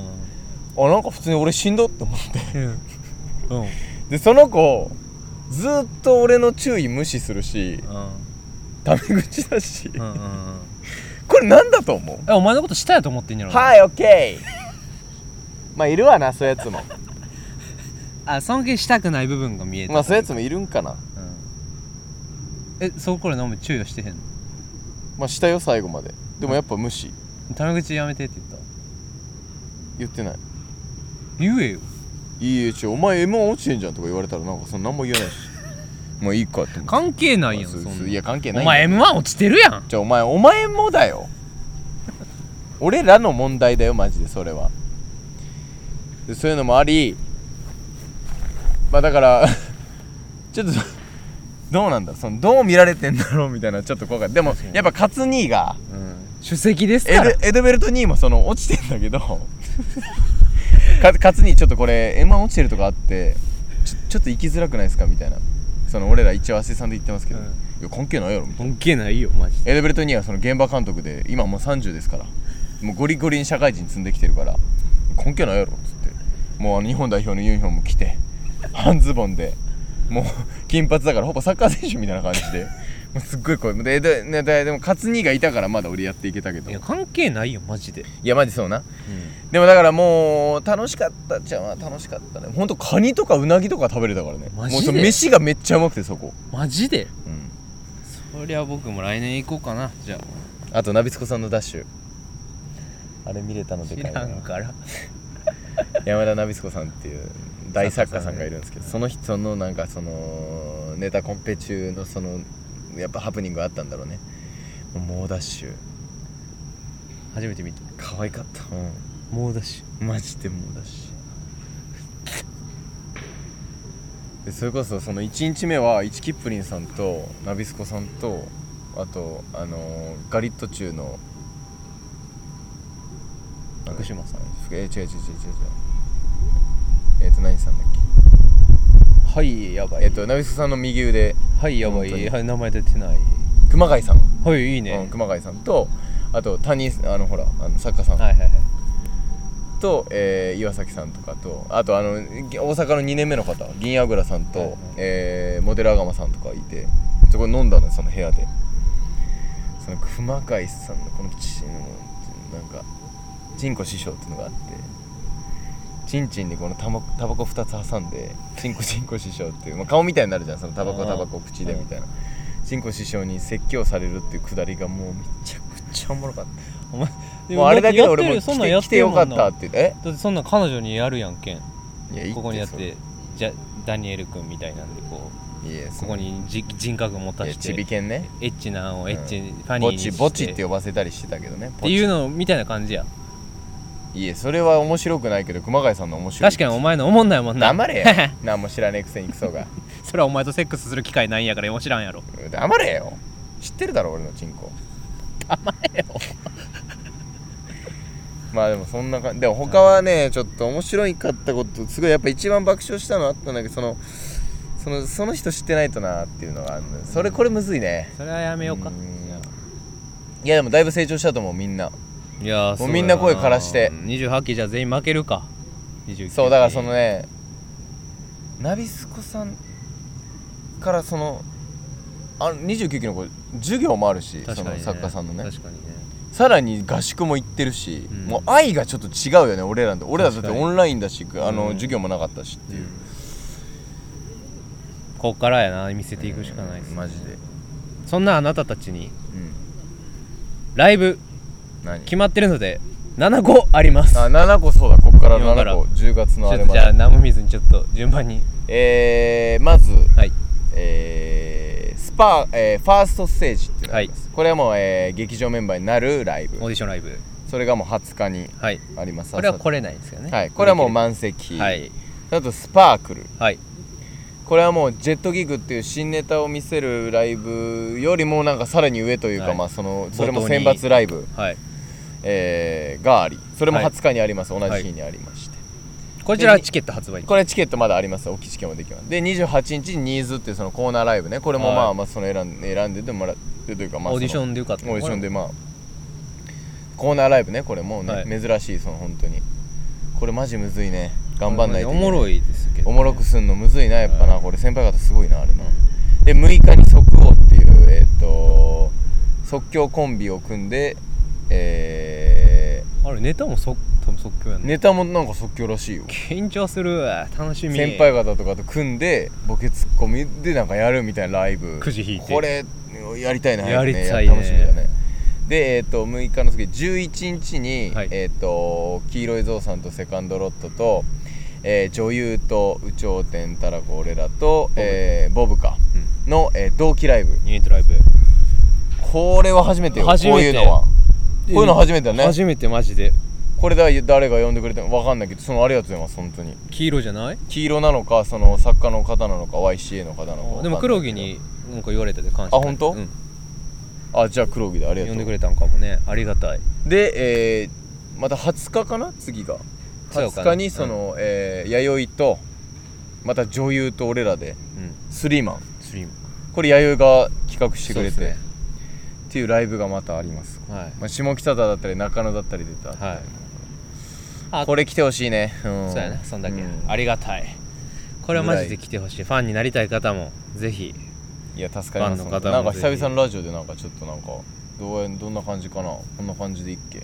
S2: あなんか普通に俺しんどって思って
S3: うんうん
S2: でその子ずーっと俺の注意無視するしタメ口だし、
S3: うんうんうん
S2: これなんだと思う
S3: えお前のことしたやと思ってんやろ
S2: はいオッケーまあいるわなそういうやつも
S3: あ尊敬したく ない部分が見えた
S2: まあそういうやつもいるんかな
S3: うんえそこら飲む注意はしてへんの
S2: まあしたよ最後まででもやっぱ無視
S3: タメ口やめてって言った
S2: 言ってない
S3: 言えよ
S2: いいえちょお前 M1 落ちてんじゃんとか言われたらなんかそんなんも言えないし もういいかって思って
S3: 関係ないやん
S2: まあそう
S3: そんなん
S2: いや関係ない
S3: お前 M1 落ちてるやん
S2: じゃあお前お前もだよ 俺らの問題だよマジでそれはでそういうのもありまあだから ちょっとどうなんだそのどう見られてんだろうみたいなちょっと怖かったでもやっぱ勝兄が
S3: 首席です
S2: エ
S3: から
S2: ドエドベルト2もその落ちてんだけどか勝兄ちょっとこれ M1 落ちてるとかあってちょちょっと行きづらくないですかみたいなその俺ら一応アシスタント言ってますけど、
S3: うん
S2: いや関係ないやろみたいな
S3: 関係ないよマジで
S2: エドベルトニーはその現場監督で今もう30ですからもうゴリゴリに社会人積んできてるから根拠ないやろっつってもうあの日本代表のユニフォーム着て半ズボンでもう金髪だからほぼサッカー選手みたいな感じでもうすっごい声でででででも勝兄がいたからまだ俺やっていけたけど
S3: い
S2: い
S3: や関係ないよマジで
S2: やマジそうなでもだからもう楽しかったっちゃまあ楽しかったねほんとカニとかうなぎとか食べれたからね
S3: マジで
S2: もうその飯がめっちゃうまくてそこ、
S3: マジで
S2: うん、
S3: そりゃ僕も来年行こうかなじゃ
S2: あとナビスコさんのダッシュあれ見れたの
S3: あ
S2: で
S3: 知
S2: かい
S3: ら
S2: なん
S3: から
S2: 山田ナビスコさんっていう大作家さんがいるんですけどその人のなんかそのネタコンペ中のそのやっぱハプニングがあったんだろうねもう猛ダッシュ
S3: 初めて見た
S2: 可愛かった、
S3: 猛ダッシ
S2: マジで猛ダッシュでそれこそその1日目は一キップリンさんとナビスコさんとあとあのーガリット中の
S3: ュ福島さん
S2: え違う違う違う違う違うえっ、と何さんだっけ
S3: はいやば
S2: えっと、ナビスコさんの右腕
S3: はいやば
S2: 本当に
S3: いはい名前出てない
S2: 熊谷さん、
S3: はいいい
S2: うん
S3: ね
S2: 熊谷さんとあと谷あのほらあの作家さん、
S3: はいはいはい
S2: と、えー岩崎さんとかとあとあのぎ大阪の2年目の方銀あぐらさんと、
S3: はいはい
S2: えーモデルアガマさんとかいてそこで飲んだのよその部屋でその熊谷さんのこのちなんかチンコ師匠っていうのがあってチンチンにこのタバタバコ2つ挟んでチンコチンコ師匠っていう、まあ、顔みたいになるじゃんそのタバコ
S3: あー
S2: タバコ口でみたいなチンコ師匠に説教されるっていうくだりがもうめちゃくちゃおもろかった
S3: お前
S2: もうあれだけで俺も
S3: やってるよそんなんや
S2: 来て来
S3: って
S2: て
S3: る
S2: よ
S3: も
S2: か
S3: ん
S2: っ
S3: な
S2: たって言って
S3: だってそんなん彼女にやるやんけん
S2: えいやいい
S3: ここにやっ
S2: そ
S3: てじゃダニエル君みたいなんでこ
S2: いや
S3: う
S2: そ
S3: ここにじ人格を持た
S2: いや
S3: せ
S2: ちび
S3: て
S2: けんね
S3: エッチなをエッチ、
S2: うん
S3: ファニ
S2: ぼ
S3: ーにして
S2: ちぼちって呼ばせたりしてたけどね
S3: っていう
S2: ぼ
S3: のみたいな感じや
S2: ちいやそれは面白くないけど熊谷さんの面白い
S3: 確かにお前の思んないもんな
S2: 黙れ よ何も知らねえくせにクソが
S3: それはお前とセックスする機会ないんやからよう知らんやろ
S2: 黙れよ知ってるだろ俺のチンコ まあでもそんな感じでも他はねちょっと面白いかったことすごいやっぱ一番爆笑したのあったんだけどそのそのその人知ってないとなっていうのがあるのよそれこれむずいね
S3: それはやめようか
S2: うんいやでもだいぶ成長したと思うみんない
S3: やー
S2: もうみんな声枯らして
S3: 28期じゃ全員負けるか29期
S2: そうだからそのねナビスコさんからそのあの29期の子授業もあるし、
S3: 確
S2: そ
S3: かに
S2: の
S3: ね
S2: 作家さんのね
S3: 確かにね
S2: さらに合宿も行ってるし、
S3: うん
S2: もう愛がちょっと違うよね俺らと俺らだってオンラインだしあの、
S3: うん
S2: 授業もなかったしっていう、
S3: こっからやな見せていくしかないです、ね、
S2: マジで
S3: そんなあなたたちに
S2: うん
S3: ライブ
S2: 何
S3: 決まってるので7個あります
S2: あ7個そうだこっから
S3: 今から
S2: 7個10月
S3: ち
S2: のあ
S3: ょ
S2: れ
S3: っと
S2: ま
S3: じゃあ
S2: で
S3: 生水にちょっと順番に
S2: えー、まず
S3: はい
S2: えースパー、えーファーストステージっていうのがあります、これはもう、えー劇場メンバーになるライ
S3: オー
S2: ブ
S3: ディションライブ
S2: それがもう20日に
S3: はい
S2: あります
S3: これは
S2: あさ
S3: 来れないんですよね
S2: ってはい、これはもう満席、
S3: はい
S2: あとスパークル
S3: はい
S2: これはもうジェットギグっていう新ネタを見せるライブよりもなんかさらに上というか、
S3: はい
S2: まあその
S3: 冒頭に
S2: それも選抜ライブ、
S3: はい
S2: えーがありそれも
S3: はい
S2: 20日にあります、同じ日にありまして、
S3: こちらはチケット発売
S2: これチケットまだあります大きいチケットもできますで28日にニーズっていうそのコーナーライブねこれもま
S3: は
S2: あ
S3: い
S2: まあその選んで選んでてもらってというかまあ
S3: オーディショ
S2: ン
S3: ンでよかっ
S2: オ
S3: た
S2: ーディションでまあコーナーライブねこれもうね、
S3: はい
S2: 珍しいその本当にこれマジむずいね頑張んないと
S3: おもろいですけど
S2: おもろくすんのむずいなやっぱな
S3: はい
S2: これ先輩方すごいなあれな
S3: う
S2: で6日に即応っていうえっ、と即興コンビを組んでえ
S3: んあれネタもそ多分即興や
S2: ー、
S3: ね
S2: ネタもなんか即興らしいよ
S3: 緊張するわ楽しみ
S2: 先輩方とかと組んでボケツッコミでなんかやるみたいなライブ
S3: くじ引いて
S2: これやりたいな
S3: やり
S2: 早く
S3: たいね
S2: 楽しみだねでえっ、と6日の次11日に、
S3: はい
S2: えっ、と黄色いゾウさんとセカンドロットと、えー女優と有頂天たらこ俺らとボブ,、えーボブかの、えー同期ライブ
S3: ユニットライブ
S2: これは初めてよ
S3: 初
S2: こうい
S3: め
S2: う
S3: て
S2: のはこういうの初めてだね
S3: 初めてマジで
S2: これだ誰が呼んでくれてもわかんないけどそのありがとうございます本当に
S3: 黄色じゃない
S2: 黄色なのかその作家の方なのか YCA の方なのかわかんないけど
S3: でも黒木になんか言われたで感謝
S2: あ本当
S3: うん
S2: あじゃあ黒木でありがと
S3: 呼
S2: うん
S3: でくれたんかもねありがたい
S2: で、えーまた20日かな次が
S3: そうか
S2: 20
S3: な
S2: 日にその、えー弥生とまた女優と俺らで
S3: うん
S2: スリーマン
S3: スリム
S2: これ弥生が企画してくれて、
S3: そうですね
S2: っていうライブがまたあります、
S3: はい
S2: まあ、下北沢だったり中野だったり出た、
S3: はいあ
S2: これ来てほしいね、うん、
S3: そうやなそんだけ
S2: うん
S3: ありがたいこれはマジで来てほしいファンになりたい方もぜひ
S2: いや助かります
S3: ファンの方もぜひ
S2: なんか久々のラジオでなんかちょっとなんかどうやどんな感じかなこんな感じでいっけ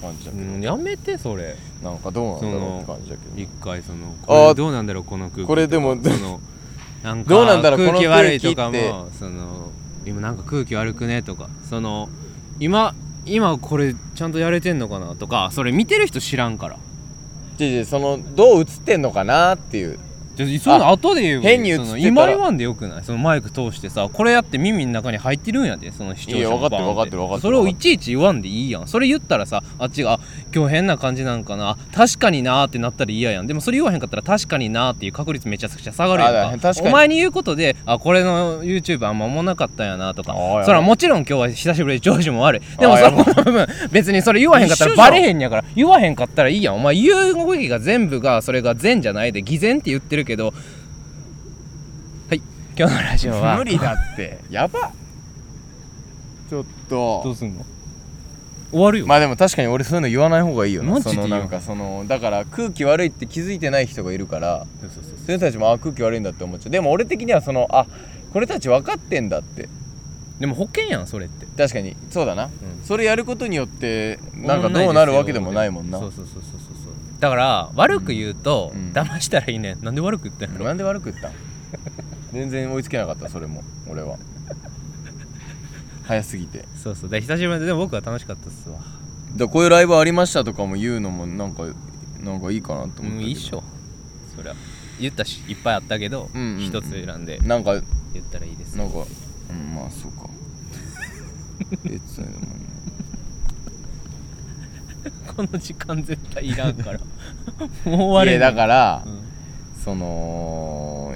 S2: 感じだけど、
S3: うんやめてそれ
S2: なんかどうなんだろうって
S3: その
S2: 感じだけど
S3: 一回その
S2: あ
S3: これどうなんだろうこの空気
S2: これでも
S3: そのなんか
S2: どうなんだろう
S3: 空
S2: こ
S3: 気
S2: の空
S3: 悪
S2: 気
S3: いとか
S2: って
S3: もその今なんか空気悪くねとかその今今これちゃんとやれてんのかなとかそれ見てる人知らんから
S2: じゃじゃそのどう映ってんのかなっていう
S3: じゃあその後で言う
S2: 変に映ってたら
S3: その今言わんでよくないそのマイク通してさこれやって耳の中に入ってるんやでその視聴者
S2: いや分かってる
S3: バーン
S2: 分かってる分かってる
S3: それをいちいち言わんでいいやんそれ言ったらさあっちがあ今日変な感じなんかなあ確かになーってなったら嫌やんでもそれ言わへんかったら確かになーっていう確率めちゃくちゃ下がる
S2: あだ
S3: や
S2: から
S3: んか
S2: 確かに
S3: お前に言うことであこれの YouTube あんまおもんなかったんやなとか
S2: おいおい
S3: それはもちろん今日は久しぶりで調子も悪いでも
S2: おい
S3: そ
S2: おい
S3: この部分別にそれ言わへんかったら
S2: 一緒じゃ
S3: バ
S2: ん
S3: レへんやから言わへんかったらいいやんお前言う動きが全部がそれが善じゃないで偽善って言ってるけどはい今日のラジオは
S2: 無理だってやばちょっ
S3: どう
S2: と
S3: すんの終わるよ、
S2: まあでも確かに俺そういうの言わない方がいいよな
S3: マジで
S2: その
S3: 言う
S2: なんかそのだから空気悪いって気づいてない人がいるから
S3: そうそうそう
S2: そういう人たちもあ空気悪いんだって思っちゃうでも俺的にはそのあこれたち分かってんだって
S3: でも保険やんそれって
S2: 確かにそうだな、
S3: ん
S2: それやることによってなんかどうなるわけでもないもんな
S3: そうそうそうそうそうそうだから悪く言うと、
S2: うん
S3: 騙したらいいねんなんで悪く言ったんやろ
S2: なんで悪く言 ったん全然追いつけなかったそれも俺は早すぎて
S3: そうそうで久しぶりででも僕は楽しかったっすわ
S2: でこういうライブありましたとかも言うのもなんかなんかいいかなと思った
S3: もういいっしょそりゃ言ったしいっぱいあったけど一、
S2: うんうんうん
S3: つ選んで
S2: なんかなんか
S3: 言ったらいいです
S2: うんまあそう か別にもね
S3: この時間絶対いらんから もう終わ
S2: い
S3: れ
S2: やだから、
S3: うん
S2: その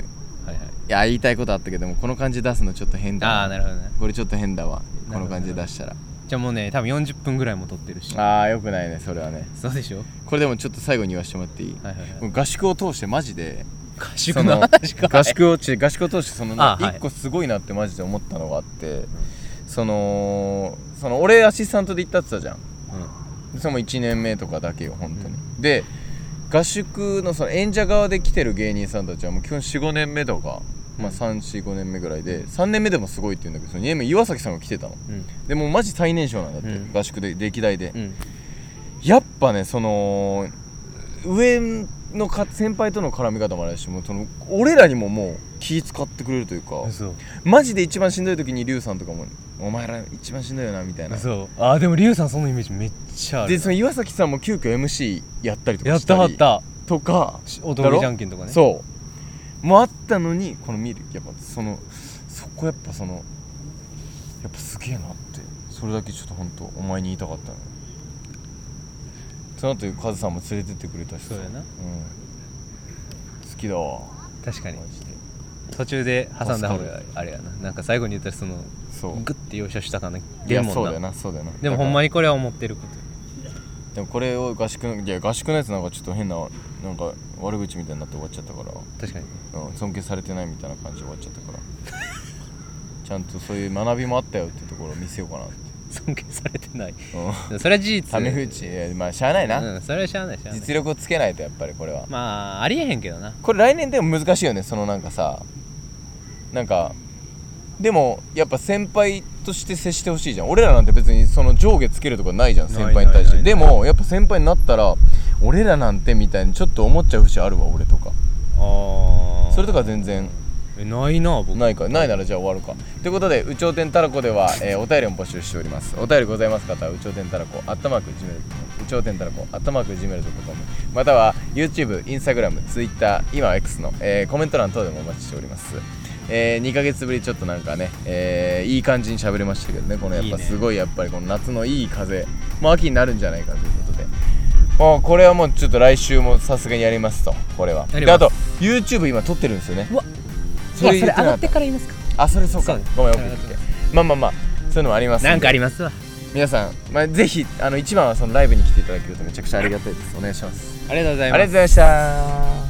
S3: はいはい
S2: いや言いたいことあったけどもこの感じ出すのちょっと変だ
S3: ああなるほどね
S2: これちょっと変だわ
S3: な
S2: こ
S3: るほど
S2: の感じで出したら
S3: じゃあもうね多分40分ぐらいも撮ってるし
S2: ああよくないねそれはね
S3: そうでしょ
S2: これでもちょっと最後に言わせてもらっていい、
S3: はいはいはい
S2: もう合宿を通してマジで
S3: 合
S2: そ
S3: 宿
S2: の
S3: の話か
S2: 合宿をち合宿を通してその
S3: あはい
S2: 一個すごいなってマジで思ったのがあって、そのその俺アシスタントで行ったって言ったじゃんその1年目とかだけよ本当に、で合宿のその演者側で来てる芸人さんたちはもう基本45年目とか、まあ、
S3: うん
S2: 345年目ぐらいで3年目でもすごいって言うんだけどその2年目岩崎さんが来てたの
S3: うん
S2: でもうマジ最年少なんだって、
S3: うん
S2: 合宿で歴代で、
S3: うん
S2: やっぱねその上のか先輩との絡み方もあるしもうその俺らにももう気使ってくれるというか
S3: 嘘
S2: マジで一番しんどい時にリュウさんとかも「お前ら一番しんどいよな」みたいな
S3: 嘘あーでもリュウさんそのイメージめっちゃある
S2: でその岩崎さんも急遽 MC やったりと
S3: や
S2: か
S3: っ
S2: した
S3: た
S2: り
S3: はった
S2: とか
S3: し
S2: だ
S3: 踊
S2: ろ
S3: りじゃんけんとかね
S2: そうもあったのにこの見るやっぱそのそこやっぱそのやっぱすげえなってそれだけちょっと本当お前に言いたかったのその後カズさんも連れてってくれたしさ
S3: そうやな
S2: うん、好きだわ
S3: 確かに
S2: マジで
S3: 途中で挟んだ方
S2: 助か
S3: があれやななんか最後に言ったらその
S2: そう
S3: グッて容赦したかないで
S2: や
S3: も
S2: そうだよなそうだよな
S3: でもほんま
S2: に
S3: にこれは思ってること
S2: でもこれを合宿のいや合宿のやつなんかちょっと変ななんか悪口みたいになって終わっちゃったから
S3: 確かに
S2: うん、尊敬されてないみたいな感じで終わっちゃったから ちゃんとそういう学びもあったよってところを見せようかなって
S3: 尊敬されてない
S2: うん
S3: それは事実
S2: タメ口いやまあしゃあないな、
S3: うんそれはしゃあないしゃあない
S2: 実力をつけないとやっぱりこれは、
S3: まあありえへんけどな
S2: これ来年でも難しいよねそのなんかさなんかでもやっぱ先輩として接してほしいじゃん俺らなんて別にその上下つけるとかないじゃん
S3: ない
S2: 先輩に対して
S3: ないない
S2: でもやっぱ先輩になったら俺らなんてみたいにちょっと思っちゃう節あるわ俺とか
S3: あ
S2: それとか全然
S3: えないな僕
S2: ないかないならじゃあ終わるかということで「有頂天たらこ」では、えーお便りも募集しておりますお便りございます方は有頂天たらこあったまくじめる有頂天たらこあったまくじめる .com または YouTube、Instagram、Twitter 今は X の、えーコメント欄等でもお待ちしておりますえ2ヶ月ぶりちょっとなんかね、えーいい感じに喋れましたけどねこのやっ
S3: いい
S2: ぱ
S3: ね
S2: すごいやっぱりこの夏のいい風もう秋になるんじゃないかということでもうこれはもうちょっと来週もさすがにやりますとこれは
S3: や
S2: で
S3: りま
S2: あ
S3: す
S2: と YouTube 今撮ってるんですよね
S3: うわ
S2: それ
S3: いや
S2: 言ってなかった
S3: から言いますか
S2: あそれそう
S3: そ
S2: か
S3: うね
S2: ごめん OK まあまあまあそういうのもあります
S3: なんかあ
S2: り
S3: りますわ
S2: 皆さん、まあ、ぜひあの一番はそのライブに来ていただけるとめちゃくちゃありがたいですお願いします
S3: ありがとうござ
S2: あり
S3: いま
S2: が
S3: す
S2: とうございました